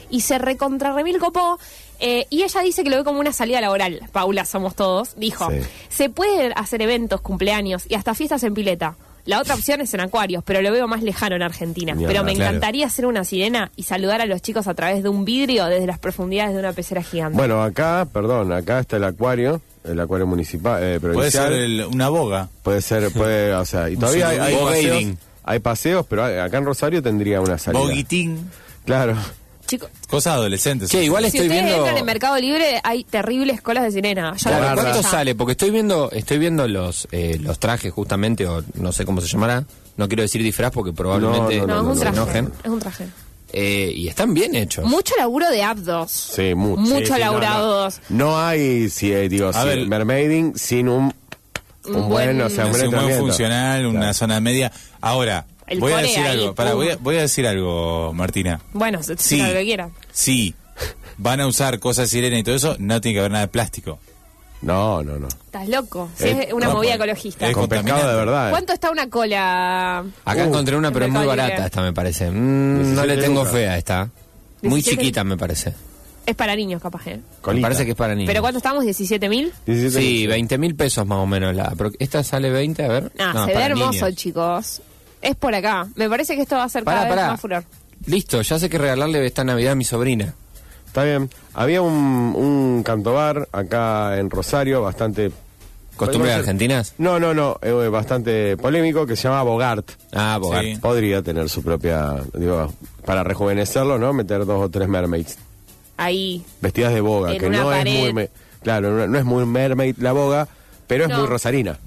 [SPEAKER 3] Y se recontra remil copó. eh, y ella dice que lo ve como una salida laboral. Paula, somos todos. Dijo,
[SPEAKER 2] Sí.
[SPEAKER 3] se pueden hacer eventos, cumpleaños y hasta fiestas en pileta. La otra opción es en acuarios, pero lo veo más lejano en Argentina.
[SPEAKER 2] Ni
[SPEAKER 3] pero
[SPEAKER 2] hablar,
[SPEAKER 3] me
[SPEAKER 2] claro.
[SPEAKER 3] encantaría ser una sirena y saludar a los chicos a través de un vidrio desde las profundidades de una pecera gigante.
[SPEAKER 2] Bueno, acá, perdón, acá está el acuario. El acuario municipal, eh,
[SPEAKER 1] Puede
[SPEAKER 2] provincial.
[SPEAKER 1] ser el- una boga.
[SPEAKER 2] Puede ser, puede, o sea, y todavía hay, hay
[SPEAKER 4] Bob
[SPEAKER 2] paseos,
[SPEAKER 4] Eiling.
[SPEAKER 2] hay paseos, pero hay- acá en Rosario tendría una salida.
[SPEAKER 1] Boguitín.
[SPEAKER 2] Claro.
[SPEAKER 3] Chicos,
[SPEAKER 1] Cosas adolescentes.
[SPEAKER 4] Che, igual
[SPEAKER 3] Si
[SPEAKER 4] estoy
[SPEAKER 3] ustedes
[SPEAKER 4] viendo.
[SPEAKER 3] entran en Mercado Libre, hay terribles colas de sirena. Yo
[SPEAKER 4] Claro,
[SPEAKER 3] la
[SPEAKER 2] Guarda.
[SPEAKER 4] ¿cuánto
[SPEAKER 3] recuerdo ya.
[SPEAKER 4] sale? Porque estoy viendo, estoy viendo los, eh, los trajes justamente, o no sé cómo se llamará. No quiero decir disfraz porque probablemente
[SPEAKER 2] No,
[SPEAKER 3] No, es un
[SPEAKER 2] no,
[SPEAKER 4] se
[SPEAKER 3] traje.
[SPEAKER 4] enojen.
[SPEAKER 3] Es un traje.
[SPEAKER 4] Eh, y están bien hechos.
[SPEAKER 3] Mucho laburo de abdos.
[SPEAKER 2] Sí, mucho.
[SPEAKER 3] Mucho
[SPEAKER 2] Sí, sí,
[SPEAKER 3] laburo
[SPEAKER 2] no, no.
[SPEAKER 3] abdos.
[SPEAKER 2] No hay, si, eh, digo,
[SPEAKER 1] A
[SPEAKER 2] si-
[SPEAKER 1] ver.
[SPEAKER 2] mermaiding sin un, un
[SPEAKER 3] Un
[SPEAKER 2] buen,
[SPEAKER 3] buen-
[SPEAKER 2] o sea, un
[SPEAKER 1] Es un buen
[SPEAKER 2] entrenamiento.
[SPEAKER 1] funcional, una
[SPEAKER 2] Claro.
[SPEAKER 1] zona media. Ahora,
[SPEAKER 3] El
[SPEAKER 1] voy a
[SPEAKER 3] core
[SPEAKER 1] decir
[SPEAKER 3] ahí,
[SPEAKER 1] algo. Pará,
[SPEAKER 3] pum.
[SPEAKER 1] voy, a, voy a decir algo, Martina.
[SPEAKER 3] Bueno, se
[SPEAKER 1] Sí.
[SPEAKER 3] lo que quieran.
[SPEAKER 1] Sí. Van a usar cosas sirena y todo eso, no tiene que haber nada de plástico.
[SPEAKER 2] No, no, no.
[SPEAKER 3] Estás loco. Si
[SPEAKER 2] Eh,
[SPEAKER 3] es una
[SPEAKER 2] no,
[SPEAKER 3] movida
[SPEAKER 1] pues,
[SPEAKER 3] ecologista.
[SPEAKER 1] eh,
[SPEAKER 2] Con pescado de verdad. eh.
[SPEAKER 3] ¿Cuánto está una cola?
[SPEAKER 4] Acá
[SPEAKER 2] Uh,
[SPEAKER 4] encontré una, pero
[SPEAKER 3] en
[SPEAKER 4] muy
[SPEAKER 3] Mercado
[SPEAKER 4] barata
[SPEAKER 3] Libre.
[SPEAKER 4] esta, me parece. Mm, no le
[SPEAKER 2] 17
[SPEAKER 4] tengo
[SPEAKER 2] lucas.
[SPEAKER 4] fe a esta. Muy
[SPEAKER 3] 17.
[SPEAKER 4] chiquita, me parece.
[SPEAKER 3] Es para niños, capaz, ¿eh?
[SPEAKER 2] Colita.
[SPEAKER 4] Me parece que es para niños.
[SPEAKER 3] ¿Pero cuánto estamos? ¿17 mil?
[SPEAKER 2] 17
[SPEAKER 4] Sí,
[SPEAKER 2] minutos.
[SPEAKER 4] 20 mil pesos más o menos. La, pero esta sale 20, a ver.
[SPEAKER 3] Ah,
[SPEAKER 4] No,
[SPEAKER 3] se ve
[SPEAKER 4] para
[SPEAKER 3] hermoso,
[SPEAKER 4] niños.
[SPEAKER 3] chicos. Es por acá. Me parece que esto va a ser
[SPEAKER 4] Pará,
[SPEAKER 3] cada
[SPEAKER 4] pará.
[SPEAKER 3] vez más furor.
[SPEAKER 4] Listo, ya sé que regalarle esta Navidad a mi sobrina.
[SPEAKER 2] Está bien. Había un, un cantobar acá en Rosario, bastante...
[SPEAKER 4] ¿Costumbre de
[SPEAKER 2] Podemos-
[SPEAKER 4] argentinas?
[SPEAKER 2] No, no, no, eh, bastante polémico, que se llamaba Bogart.
[SPEAKER 4] Ah, Bogart.
[SPEAKER 1] Sí.
[SPEAKER 2] Podría tener su propia, digo, para rejuvenecerlo, ¿no? Meter dos o tres mermaids
[SPEAKER 3] Ahí.
[SPEAKER 2] vestidas de boga,
[SPEAKER 3] En
[SPEAKER 2] que
[SPEAKER 3] una
[SPEAKER 2] no es
[SPEAKER 3] pared.
[SPEAKER 2] muy, me- claro, no, no es muy mermaid la boga, pero es
[SPEAKER 3] No.
[SPEAKER 2] muy rosarina.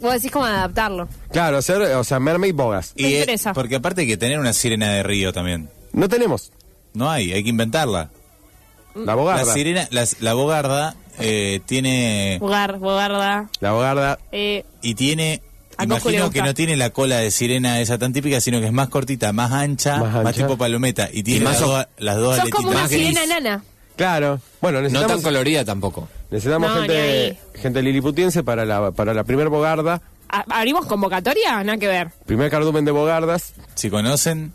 [SPEAKER 3] Vos decís cómo adaptarlo.
[SPEAKER 2] Claro, hacer, o sea, mermaid bogas.
[SPEAKER 3] Me
[SPEAKER 1] eh,
[SPEAKER 3] interesa.
[SPEAKER 1] porque aparte hay que tener una sirena de río también.
[SPEAKER 2] No tenemos
[SPEAKER 1] No hay, hay que inventarla.
[SPEAKER 2] la bogarda.
[SPEAKER 1] La
[SPEAKER 2] La,
[SPEAKER 1] sirena, las- la, bogarda eh, tiene
[SPEAKER 3] Jugar, guarda.
[SPEAKER 2] bogarda,
[SPEAKER 3] Eh,
[SPEAKER 1] y tiene
[SPEAKER 3] A Coco le
[SPEAKER 1] imagino
[SPEAKER 3] gusta.
[SPEAKER 1] que no tiene la cola de sirena esa tan típica, sino que es más cortita, más ancha,
[SPEAKER 2] Más
[SPEAKER 1] más,
[SPEAKER 2] ancha.
[SPEAKER 1] tipo palometa y tiene
[SPEAKER 4] Y más
[SPEAKER 1] las,
[SPEAKER 4] o-
[SPEAKER 1] dos- las dos
[SPEAKER 3] sos como una
[SPEAKER 1] aletitas.
[SPEAKER 3] sirena
[SPEAKER 1] Gris.
[SPEAKER 3] enana.
[SPEAKER 2] claro. Bueno,
[SPEAKER 4] No tan
[SPEAKER 2] necesitamos,
[SPEAKER 4] colorida tampoco.
[SPEAKER 2] necesitamos
[SPEAKER 3] No, ni
[SPEAKER 2] gente,
[SPEAKER 3] ahí.
[SPEAKER 2] gente liliputiense para la, para la primer bogarda,
[SPEAKER 3] A- ¿Abrimos convocatoria? Nada que ver.
[SPEAKER 2] primer cardumen de bogardas,
[SPEAKER 1] Si conocen,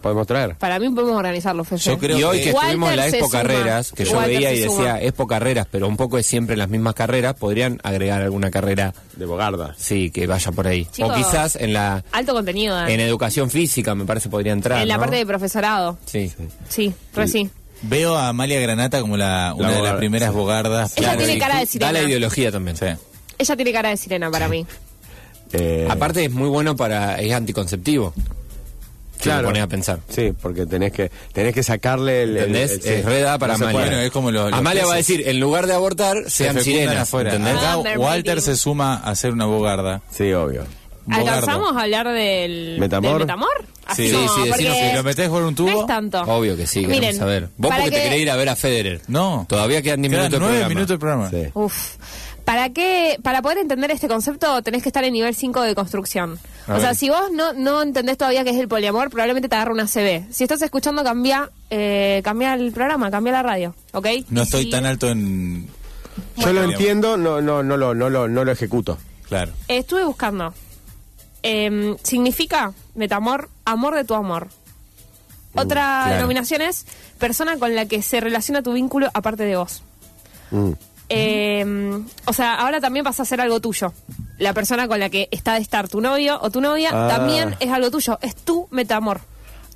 [SPEAKER 2] podemos traer.
[SPEAKER 3] Para mí podemos organizarlo, Fefe.
[SPEAKER 1] Yo creo
[SPEAKER 4] y hoy
[SPEAKER 1] que-
[SPEAKER 4] que estuvimos en la
[SPEAKER 3] Walter se
[SPEAKER 4] Expo
[SPEAKER 3] suma.
[SPEAKER 4] Carreras, que yo
[SPEAKER 3] Walter
[SPEAKER 4] veía
[SPEAKER 3] se
[SPEAKER 4] y
[SPEAKER 3] suma.
[SPEAKER 4] decía Expo Carreras, pero un poco es siempre las mismas carreras, podrían agregar alguna carrera,
[SPEAKER 2] De bogarda.
[SPEAKER 4] sí, que vaya por ahí.
[SPEAKER 3] Chicos.
[SPEAKER 4] o quizás en la
[SPEAKER 3] Alto contenido, eh.
[SPEAKER 4] en educación física, me parece, podría entrar.
[SPEAKER 3] En la
[SPEAKER 4] ¿no?
[SPEAKER 3] parte de profesorado.
[SPEAKER 4] Sí.
[SPEAKER 3] Sí, re sí.
[SPEAKER 1] veo a Amalia Granata como la, una
[SPEAKER 2] La
[SPEAKER 1] de las
[SPEAKER 2] bogarda,
[SPEAKER 1] primeras
[SPEAKER 2] sí.
[SPEAKER 1] bogardas.
[SPEAKER 3] Ella
[SPEAKER 1] Claro,
[SPEAKER 3] tiene
[SPEAKER 1] y-
[SPEAKER 4] y
[SPEAKER 3] cara de
[SPEAKER 4] da
[SPEAKER 3] sirena.
[SPEAKER 4] la ideología también. Eh.
[SPEAKER 1] Sí.
[SPEAKER 3] Ella tiene cara de sirena para mí.
[SPEAKER 2] Eh,
[SPEAKER 4] Aparte es muy bueno para, es anticonceptivo. te pones a pensar.
[SPEAKER 2] Sí, porque tenés que, tenés que sacarle el. el-
[SPEAKER 4] ¿Entendés?
[SPEAKER 2] el- sí.
[SPEAKER 4] es reda para
[SPEAKER 1] No se
[SPEAKER 4] Amalia.
[SPEAKER 1] puede, es como los- los
[SPEAKER 4] Amalia va a
[SPEAKER 1] peces.
[SPEAKER 4] decir, en lugar de abortar, sean
[SPEAKER 1] fecundan
[SPEAKER 4] sirenas.
[SPEAKER 1] afuera.
[SPEAKER 4] ¿Entendés?
[SPEAKER 1] Acá
[SPEAKER 3] Ah, mermaiding.
[SPEAKER 1] Walter se suma a hacer una bogarda.
[SPEAKER 2] Sí, obvio.
[SPEAKER 1] Un
[SPEAKER 3] ¿Alcanzamos
[SPEAKER 1] bogardo.
[SPEAKER 3] a hablar del
[SPEAKER 2] ¿Metamor?
[SPEAKER 3] del metamor? Así
[SPEAKER 1] Sí,
[SPEAKER 3] como,
[SPEAKER 4] sí,
[SPEAKER 3] porque
[SPEAKER 4] decinos,
[SPEAKER 1] Si lo metés por un tubo.
[SPEAKER 3] No es tanto.
[SPEAKER 4] Obvio que sí, queremos
[SPEAKER 3] Miren,
[SPEAKER 4] saber. Vos
[SPEAKER 3] para
[SPEAKER 4] porque te
[SPEAKER 3] que-
[SPEAKER 4] querés ir a ver a Federer.
[SPEAKER 1] No.
[SPEAKER 4] Todavía quedan 10
[SPEAKER 1] Quedan
[SPEAKER 4] minutos de
[SPEAKER 1] nueve
[SPEAKER 4] programa.
[SPEAKER 1] minutos de programa.
[SPEAKER 2] Sí.
[SPEAKER 3] Uf. ¿Para qué? Para poder entender este concepto tenés que estar en nivel 5 de construcción. o sea, si vos no, no entendés todavía qué es el poliamor, probablemente te agarra una CB. Si estás escuchando, cambia, eh, cambia el programa, cambia la radio, ¿ok?
[SPEAKER 1] No estoy
[SPEAKER 3] Y-
[SPEAKER 1] tan alto en.
[SPEAKER 2] Yo lo
[SPEAKER 1] Bueno.
[SPEAKER 2] entiendo, no, no, no, lo, no, lo, no lo ejecuto.
[SPEAKER 1] Claro.
[SPEAKER 3] Estuve buscando. Em, significa, metamor, amor de tu amor. Otra
[SPEAKER 1] Uh, claro.
[SPEAKER 3] denominación es persona con la que se relaciona tu vínculo aparte de vos.
[SPEAKER 2] Mm.
[SPEAKER 3] Em, o sea, ahora también vas a hacer algo tuyo. La persona con la que está de estar tu novio o tu novia
[SPEAKER 2] Ah.
[SPEAKER 3] también es algo tuyo. Es tu metamor.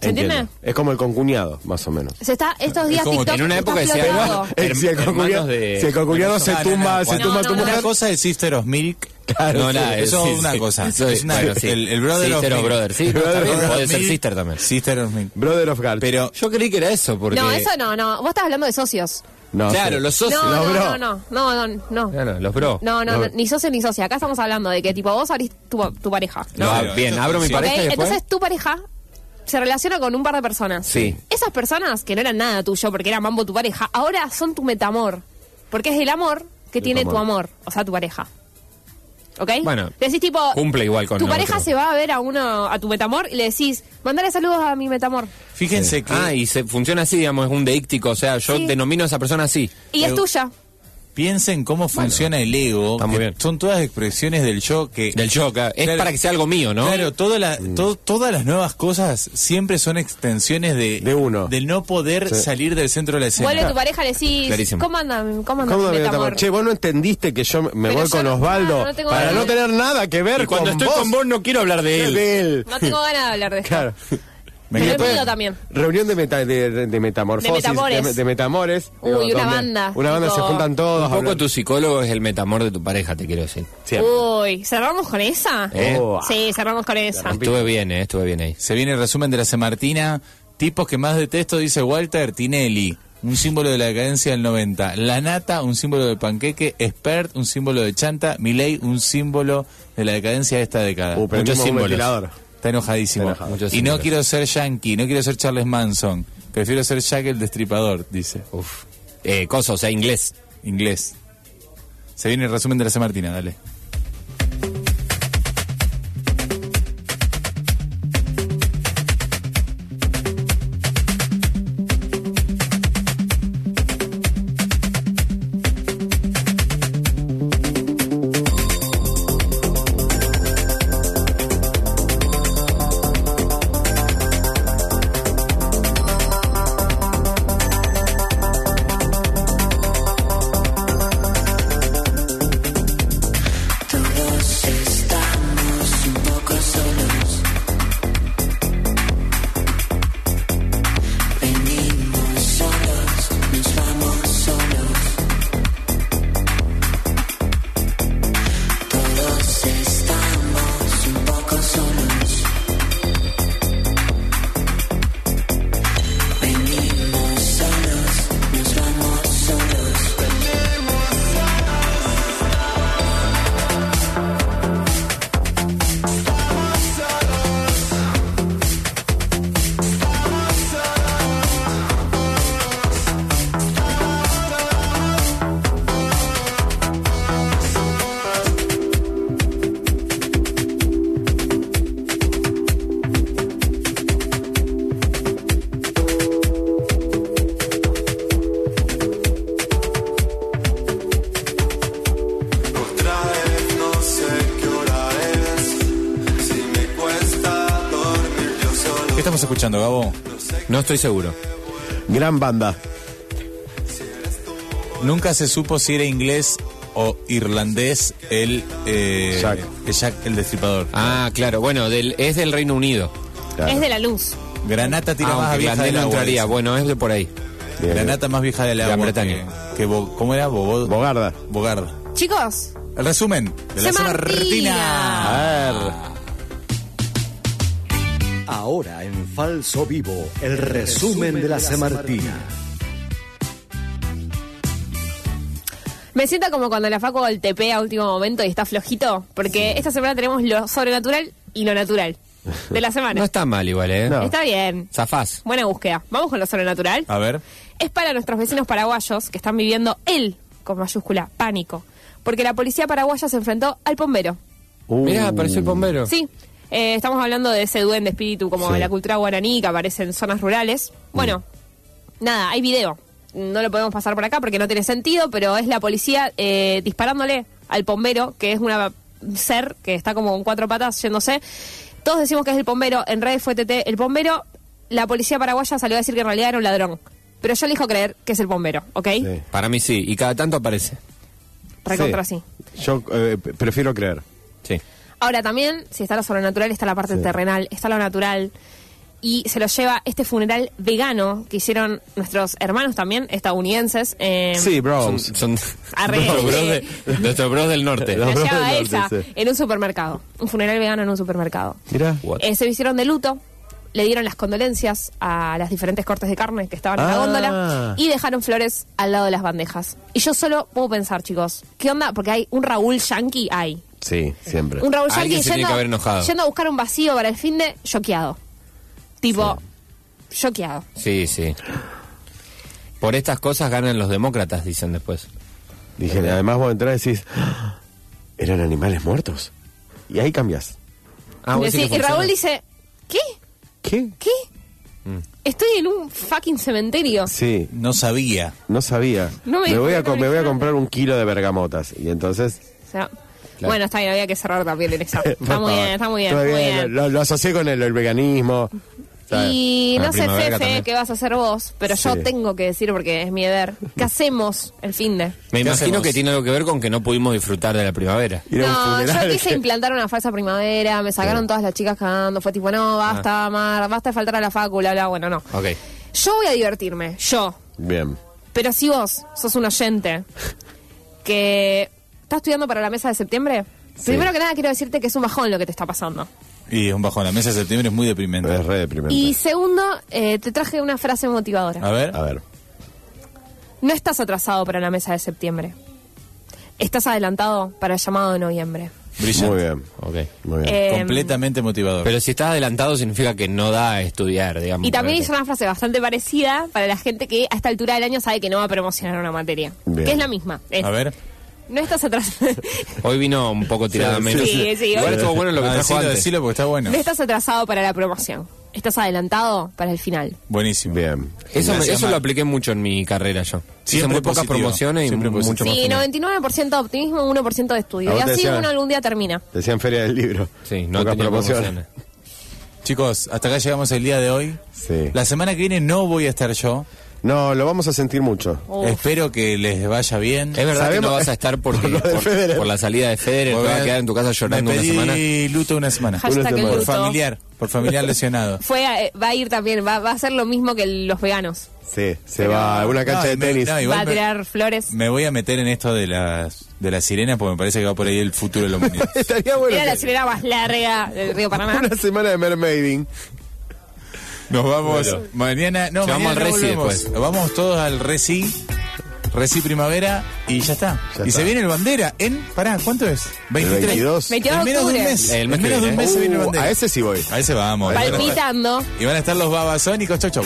[SPEAKER 3] ¿Se
[SPEAKER 2] Entiendo.
[SPEAKER 3] entiende?
[SPEAKER 2] Es como el concuñado, más o menos.
[SPEAKER 3] Se está, estos
[SPEAKER 1] Es
[SPEAKER 3] días
[SPEAKER 1] como
[SPEAKER 3] TikTok
[SPEAKER 4] En una época
[SPEAKER 3] está
[SPEAKER 4] decía,
[SPEAKER 3] flotando.
[SPEAKER 4] hermano,
[SPEAKER 2] Eh, si el
[SPEAKER 4] hermanos
[SPEAKER 2] concuñado,
[SPEAKER 4] de-
[SPEAKER 2] si el concuñado se
[SPEAKER 1] No, no,
[SPEAKER 2] tumba,
[SPEAKER 1] no,
[SPEAKER 2] se
[SPEAKER 1] no,
[SPEAKER 2] tumba
[SPEAKER 3] no,
[SPEAKER 2] tu
[SPEAKER 3] no,
[SPEAKER 2] mujer.
[SPEAKER 1] Una cosa es Sister of Milk.
[SPEAKER 4] No, nada,
[SPEAKER 1] eso
[SPEAKER 4] sí,
[SPEAKER 1] es una
[SPEAKER 4] sí.
[SPEAKER 1] cosa.
[SPEAKER 4] Eso es-
[SPEAKER 1] es una-
[SPEAKER 4] bueno, sí.
[SPEAKER 1] el, el brother of
[SPEAKER 4] Sister o
[SPEAKER 1] Milk.
[SPEAKER 4] brother, sí,
[SPEAKER 1] Brother
[SPEAKER 4] también
[SPEAKER 1] of
[SPEAKER 4] puede ser
[SPEAKER 1] Milk.
[SPEAKER 4] sister también.
[SPEAKER 1] Sister of Milk.
[SPEAKER 2] Brother of Gal.
[SPEAKER 1] Pero
[SPEAKER 4] Yo creí que era eso, porque...
[SPEAKER 3] No, eso no, no. Vos estás hablando de socios.
[SPEAKER 2] No,
[SPEAKER 4] Claro,
[SPEAKER 2] sí.
[SPEAKER 4] los socios.
[SPEAKER 3] no,
[SPEAKER 2] los
[SPEAKER 3] no, no,
[SPEAKER 2] bro.
[SPEAKER 3] no, no, no, no.
[SPEAKER 4] Claro, los bro.
[SPEAKER 3] No, no, no, ni socio ni socia. Acá estamos hablando de que tipo vos abrís tu, tu pareja.
[SPEAKER 4] No,
[SPEAKER 1] Claro,
[SPEAKER 4] bien,
[SPEAKER 1] esto
[SPEAKER 4] abro mi
[SPEAKER 1] sí.
[SPEAKER 4] pareja
[SPEAKER 3] ¿ok?
[SPEAKER 4] y después...
[SPEAKER 3] Entonces tu pareja se relaciona con un par de personas.
[SPEAKER 4] Sí.
[SPEAKER 3] Esas personas que no eran nada tuyo porque era mambo tu pareja, ahora son tu metamor. Porque es el amor que tiene tu amor, o sea, tu pareja. ¿Ok?
[SPEAKER 4] Bueno,
[SPEAKER 3] Le decís tipo.
[SPEAKER 4] cumple igual con
[SPEAKER 3] Tu
[SPEAKER 4] el
[SPEAKER 3] pareja
[SPEAKER 4] otro.
[SPEAKER 3] se va a ver a uno, a tu metamor y le decís, mandale saludos a mi metamor.
[SPEAKER 1] fíjense que.
[SPEAKER 4] Ah, y se, funciona así, digamos, es un deíctico. O sea, yo
[SPEAKER 3] Sí.
[SPEAKER 4] denomino a esa persona así.
[SPEAKER 3] Y es
[SPEAKER 1] Eu-
[SPEAKER 3] tuya.
[SPEAKER 1] Piensen cómo funciona el ego.
[SPEAKER 4] está muy
[SPEAKER 1] que
[SPEAKER 4] bien.
[SPEAKER 1] Son todas expresiones del yo que.
[SPEAKER 4] Del yo, claro. Es
[SPEAKER 1] Claro.
[SPEAKER 4] para que sea algo mío, ¿no? Mm.
[SPEAKER 1] Claro, toda la- to- todas las nuevas cosas siempre son extensiones de,
[SPEAKER 2] De uno.
[SPEAKER 1] del no poder salir del centro de la escena.
[SPEAKER 3] Vuelve tu pareja y le decís,
[SPEAKER 4] Clarísimo.
[SPEAKER 3] ¿cómo anda, cómo anda
[SPEAKER 2] ¿Cómo
[SPEAKER 3] mi
[SPEAKER 2] me
[SPEAKER 3] metamor?
[SPEAKER 2] metamor? Che, vos no entendiste que yo me
[SPEAKER 3] Pero
[SPEAKER 2] voy
[SPEAKER 3] yo
[SPEAKER 2] con
[SPEAKER 3] no-
[SPEAKER 2] Osvaldo
[SPEAKER 3] no, no tengo
[SPEAKER 2] para
[SPEAKER 3] ganas
[SPEAKER 2] no
[SPEAKER 3] de-
[SPEAKER 2] tener nada que ver
[SPEAKER 4] Y cuando
[SPEAKER 2] con
[SPEAKER 4] estoy
[SPEAKER 2] vos.
[SPEAKER 4] con vos no quiero hablar de él.
[SPEAKER 2] De él.
[SPEAKER 3] No tengo ganas de hablar de esto.
[SPEAKER 2] Claro.
[SPEAKER 3] Pero el
[SPEAKER 2] Después,
[SPEAKER 3] mío también.
[SPEAKER 2] Reunión de, meta- de, de metamorfosis,
[SPEAKER 3] De metamores.
[SPEAKER 2] de- de metamores.
[SPEAKER 3] Uy, una
[SPEAKER 2] donde
[SPEAKER 3] banda,
[SPEAKER 2] Una banda se
[SPEAKER 3] tipo-
[SPEAKER 2] juntan todos.
[SPEAKER 4] Un poco
[SPEAKER 2] hablan-
[SPEAKER 4] tu psicólogo es el metamor de tu pareja, te quiero decir.
[SPEAKER 2] Siempre.
[SPEAKER 3] Uy, ¿cerramos con esa?
[SPEAKER 4] ¿Eh?
[SPEAKER 2] Oh,
[SPEAKER 3] Sí, cerramos con esa.
[SPEAKER 4] Estuve bien, eh, estuve bien ahí.
[SPEAKER 1] Se viene el resumen de la Semartina. Tipos que más detesto, dice Walter Tinelli. Un símbolo de la decadencia del 90. La nata, un símbolo del panqueque. Expert, un símbolo de chanta. Milei, un símbolo de la decadencia de esta década.
[SPEAKER 2] Uh,
[SPEAKER 4] Muchos
[SPEAKER 2] prendimos un
[SPEAKER 4] símbolos.
[SPEAKER 2] ventilador.
[SPEAKER 1] Está enojadísimo.
[SPEAKER 2] Está enojado.
[SPEAKER 4] Muchos
[SPEAKER 1] Y no
[SPEAKER 4] símbolos.
[SPEAKER 1] quiero ser yankee, no quiero ser Charles Manson. Prefiero ser Jack el Destripador, dice.
[SPEAKER 4] Uf. Eh, cosa, o sea, inglés.
[SPEAKER 1] Inglés. Se viene el resumen de la Semartina, dale.
[SPEAKER 6] Todos estamos un poco solos. Venimos solos, nos vamos solos. Todos estamos un poco solos. Venimos solos, nos vamos solos.
[SPEAKER 7] Otra vez no sé qué hora es, si me cuesta dormir yo solo.
[SPEAKER 1] ¿Qué estamos escuchando, Gabo?
[SPEAKER 4] No estoy seguro.
[SPEAKER 2] Gran banda.
[SPEAKER 1] Nunca se supo si era inglés o irlandés el eh,
[SPEAKER 2] Jack.
[SPEAKER 1] el Jack el Destripador.
[SPEAKER 4] Ah, claro. Bueno, del, es del Reino Unido.
[SPEAKER 2] Claro.
[SPEAKER 3] Es de la luz.
[SPEAKER 1] Granata tira
[SPEAKER 4] Ah,
[SPEAKER 1] más
[SPEAKER 4] aunque
[SPEAKER 1] vieja
[SPEAKER 4] Glandel
[SPEAKER 1] del
[SPEAKER 4] no
[SPEAKER 1] agua.
[SPEAKER 4] entraría.
[SPEAKER 1] dice.
[SPEAKER 4] Bueno, es de por ahí.
[SPEAKER 2] Bien.
[SPEAKER 1] Granata más vieja del agua.
[SPEAKER 4] Bretaña.
[SPEAKER 1] Que, que Bo- ¿Cómo era? Bobo-
[SPEAKER 2] Bogarda.
[SPEAKER 1] Bogarda.
[SPEAKER 3] Chicos,
[SPEAKER 1] El resumen de la
[SPEAKER 3] Semartina.
[SPEAKER 1] Semartina.
[SPEAKER 2] A ver.
[SPEAKER 8] Ahora en Falso Vivo, el resumen de la Semartina.
[SPEAKER 3] Me siento como cuando la Facu el TP a último momento y está flojito, porque esta semana tenemos lo sobrenatural y lo natural de la semana.
[SPEAKER 4] No está mal igual, ¿eh?
[SPEAKER 2] No.
[SPEAKER 3] Está bien.
[SPEAKER 4] Zafás.
[SPEAKER 3] Buena búsqueda. Vamos con lo sobrenatural.
[SPEAKER 1] A ver.
[SPEAKER 3] Es para nuestros vecinos paraguayos que están viviendo el, con mayúscula, pánico. Porque la policía paraguaya se enfrentó al bombero.
[SPEAKER 2] Uh,
[SPEAKER 4] Mirá, apareció el bombero.
[SPEAKER 3] Sí, eh, estamos hablando de ese duende espíritu como
[SPEAKER 2] Sí. Mm.
[SPEAKER 3] de la cultura guaraní que aparece en zonas rurales. Bueno, nada, hay video. No lo podemos pasar por acá porque no tiene sentido, pero es la policía eh, disparándole al bombero, que es una un ser que está como con cuatro patas yéndose. Todos decimos que es el bombero, en redes fue TT el bombero. La policía paraguaya salió a decir que en realidad era un ladrón. Pero yo elijo creer que es el bombero, ¿ok?
[SPEAKER 2] Sí.
[SPEAKER 4] Para mí sí, y cada tanto aparece.
[SPEAKER 3] Recontra sí.
[SPEAKER 2] Sí. Yo eh, p- prefiero creer.
[SPEAKER 4] Sí.
[SPEAKER 3] Ahora también, si está lo sobrenatural, está la parte terrenal, está lo natural. Y se lo lleva este funeral vegano que hicieron nuestros hermanos también, estadounidenses. eh,
[SPEAKER 2] Sí, bro.
[SPEAKER 4] Son, son
[SPEAKER 3] Arre.
[SPEAKER 4] nuestros bros de- nuestros bros del norte.
[SPEAKER 3] lo
[SPEAKER 2] Los
[SPEAKER 3] lleva
[SPEAKER 2] Brothers del
[SPEAKER 3] ella
[SPEAKER 2] Norte, sí.
[SPEAKER 3] en un supermercado. Un funeral vegano en un supermercado.
[SPEAKER 2] Mirá.
[SPEAKER 4] What?
[SPEAKER 3] Eh, se hicieron de luto, le dieron las condolencias a las diferentes cortes de carne que estaban en la
[SPEAKER 2] Ah.
[SPEAKER 3] góndola y dejaron flores al lado de las bandejas. Y yo solo puedo pensar, chicos, ¿qué onda? Porque hay un Raúl Yankee, hay.
[SPEAKER 2] Sí, siempre.
[SPEAKER 3] Un Raúl Yankee
[SPEAKER 4] Alguien se tiene
[SPEAKER 3] yendo,
[SPEAKER 4] que haber enojado.
[SPEAKER 3] yendo a buscar un vacío para el fin de choqueado. Tipo, choqueado.
[SPEAKER 4] Sí, sí. Por estas cosas ganan los demócratas, dicen después.
[SPEAKER 2] Dije, además vos entrás y decís, "Ah, eran animales muertos. Y ahí cambias.
[SPEAKER 4] Ah, vos
[SPEAKER 3] Decí-
[SPEAKER 4] decís que
[SPEAKER 3] y Raúl
[SPEAKER 4] funciona. Mm.
[SPEAKER 3] dice, ¿qué?
[SPEAKER 2] ¿Qué?
[SPEAKER 3] ¿Qué? Estoy en un fucking cementerio.
[SPEAKER 2] Sí,
[SPEAKER 1] No sabía.
[SPEAKER 2] no sabía.
[SPEAKER 3] No me
[SPEAKER 2] me, voy a,
[SPEAKER 3] dijeron
[SPEAKER 2] co- me voy a
[SPEAKER 3] nada.
[SPEAKER 2] comprar un kilo de bergamotas. Y entonces...
[SPEAKER 3] O sea, Bueno, está bien, había que cerrar también en esa. Está muy bien, está muy bien,
[SPEAKER 2] Todo
[SPEAKER 3] muy
[SPEAKER 2] bien,
[SPEAKER 3] bien.
[SPEAKER 2] Lo, lo asocié con el, el veganismo. ¿sabes?
[SPEAKER 3] Y
[SPEAKER 4] La
[SPEAKER 3] no sé,
[SPEAKER 4] primavera
[SPEAKER 3] Fefe,
[SPEAKER 4] también.
[SPEAKER 3] qué vas a hacer vos, pero yo
[SPEAKER 2] Sí.
[SPEAKER 3] tengo que decir porque es mi deber. ¿Qué hacemos el fin de?
[SPEAKER 4] Me
[SPEAKER 1] ¿Qué
[SPEAKER 4] imagino
[SPEAKER 1] hacemos?
[SPEAKER 4] que tiene algo que ver con que no pudimos disfrutar de la primavera.
[SPEAKER 2] Ir a un
[SPEAKER 3] No, yo
[SPEAKER 2] funeral,
[SPEAKER 3] quise
[SPEAKER 2] que-
[SPEAKER 3] implantar una falsa primavera, me sacaron todas las chicas cagando, fue tipo, no, basta,
[SPEAKER 4] Ah.
[SPEAKER 3] Mar, basta de faltar a la fácula, bla, bla, bueno, no.
[SPEAKER 4] Ok.
[SPEAKER 3] Yo voy a divertirme, yo.
[SPEAKER 2] Bien.
[SPEAKER 3] Pero si vos sos un oyente que está estudiando para la mesa de septiembre, primero que nada quiero decirte que es un bajón lo que te está pasando.
[SPEAKER 1] Y es un bajo la mesa de septiembre, es muy deprimente.
[SPEAKER 2] Es re deprimente.
[SPEAKER 3] Y segundo, eh, te traje una frase motivadora.
[SPEAKER 1] A
[SPEAKER 4] Ah,
[SPEAKER 1] ver.
[SPEAKER 2] A ver.
[SPEAKER 3] No estás atrasado para la mesa de septiembre. Estás adelantado para el llamado de noviembre.
[SPEAKER 1] brillante.
[SPEAKER 2] Muy bien.
[SPEAKER 4] Ok.
[SPEAKER 2] Muy bien.
[SPEAKER 3] Eh,
[SPEAKER 1] Completamente motivador.
[SPEAKER 4] Pero si estás adelantado significa que no da a estudiar, digamos.
[SPEAKER 3] Y también
[SPEAKER 4] Ok.
[SPEAKER 3] es una frase bastante parecida para la gente que a esta altura del año sabe que no va a promocionar una materia.
[SPEAKER 2] Bien.
[SPEAKER 3] Que es la misma. Es,
[SPEAKER 1] A ver.
[SPEAKER 3] No estás atrasado.
[SPEAKER 4] Hoy vino un poco tirada
[SPEAKER 2] Sí,
[SPEAKER 4] menos.
[SPEAKER 3] sí, sí, sí,
[SPEAKER 4] Igual
[SPEAKER 3] hoy-
[SPEAKER 4] estuvo bueno lo que
[SPEAKER 1] Ah,
[SPEAKER 4] trajo
[SPEAKER 1] decilo,
[SPEAKER 4] antes.
[SPEAKER 1] decilo porque está bueno.
[SPEAKER 3] No estás atrasado para la promoción. Estás adelantado para el final.
[SPEAKER 1] Buenísimo.
[SPEAKER 2] Bien.
[SPEAKER 4] Eso, me-
[SPEAKER 1] Gracias,
[SPEAKER 4] eso
[SPEAKER 1] Mar.
[SPEAKER 4] lo apliqué mucho en mi carrera yo. Hice
[SPEAKER 1] Siempre
[SPEAKER 4] muy pocas
[SPEAKER 1] positivo,
[SPEAKER 4] promociones y
[SPEAKER 1] siempre
[SPEAKER 4] mucho
[SPEAKER 1] positivo.
[SPEAKER 4] más
[SPEAKER 3] Sí,
[SPEAKER 4] final.
[SPEAKER 3] 99% de optimismo, 1% de
[SPEAKER 2] ¿A
[SPEAKER 3] estudio. Y
[SPEAKER 2] vos te
[SPEAKER 3] así
[SPEAKER 2] decían?
[SPEAKER 3] uno algún día termina.
[SPEAKER 2] Decían Feria del Libro.
[SPEAKER 4] Sí, no
[SPEAKER 2] Pocas
[SPEAKER 4] tenía
[SPEAKER 2] promociones.
[SPEAKER 4] promociones.
[SPEAKER 1] Chicos, hasta acá llegamos el día de hoy.
[SPEAKER 2] Sí.
[SPEAKER 1] La semana que viene no voy a estar yo.
[SPEAKER 2] No, lo vamos a sentir mucho.
[SPEAKER 3] Uf.
[SPEAKER 1] Espero que les vaya bien.
[SPEAKER 4] Es verdad que
[SPEAKER 2] Sabemos-
[SPEAKER 4] no vas a estar porque,
[SPEAKER 2] Por lo de
[SPEAKER 4] por,
[SPEAKER 2] Federer.
[SPEAKER 4] por la salida de Federer, te
[SPEAKER 1] Volver-
[SPEAKER 4] vas a quedar en tu casa
[SPEAKER 1] me
[SPEAKER 4] llorando una
[SPEAKER 1] pedí
[SPEAKER 4] semana.
[SPEAKER 1] luto una semana.
[SPEAKER 2] Una
[SPEAKER 3] Hashtag el
[SPEAKER 2] semana.
[SPEAKER 1] Por
[SPEAKER 3] luto.
[SPEAKER 1] familiar, por familiar lesionado.
[SPEAKER 3] Fue a- eh, va a ir también, va, va a ser lo mismo que los veganos.
[SPEAKER 2] Sí, se
[SPEAKER 3] Pero-
[SPEAKER 2] va a una cancha
[SPEAKER 1] No,
[SPEAKER 2] de
[SPEAKER 1] me-
[SPEAKER 2] tenis.
[SPEAKER 1] no,
[SPEAKER 3] Va
[SPEAKER 1] igual
[SPEAKER 3] a
[SPEAKER 1] me-
[SPEAKER 3] tirar flores.
[SPEAKER 1] Me voy a meter en esto de las de las sirenas porque me parece que va por ahí el futuro de la humanidad.
[SPEAKER 2] Estaría bueno.
[SPEAKER 3] Era la
[SPEAKER 2] que-
[SPEAKER 3] chilena más larga del río Paraná.
[SPEAKER 2] Una semana de mermaiding.
[SPEAKER 1] Nos vamos mañana, no,
[SPEAKER 4] Nos vamos
[SPEAKER 1] mañana
[SPEAKER 4] al
[SPEAKER 1] no
[SPEAKER 4] Resi
[SPEAKER 1] volvemos.
[SPEAKER 4] después.
[SPEAKER 1] Vamos todos al Resi. Resi primavera y ya está.
[SPEAKER 2] Ya
[SPEAKER 1] y
[SPEAKER 2] está.
[SPEAKER 1] se viene el bandera en pará, ¿cuánto es? 23.
[SPEAKER 2] 22.
[SPEAKER 3] 22
[SPEAKER 1] En
[SPEAKER 3] de
[SPEAKER 1] menos de un
[SPEAKER 3] octubre.
[SPEAKER 1] mes.
[SPEAKER 4] El mes
[SPEAKER 1] en
[SPEAKER 4] que
[SPEAKER 1] menos de un
[SPEAKER 4] viene,
[SPEAKER 1] mes se viene el
[SPEAKER 2] Uh,
[SPEAKER 1] bandera.
[SPEAKER 2] a ese sí voy.
[SPEAKER 1] A ese vamos. Y van a estar-
[SPEAKER 3] Palpitando.
[SPEAKER 1] Y van a estar los babasónicos. Chau, chau.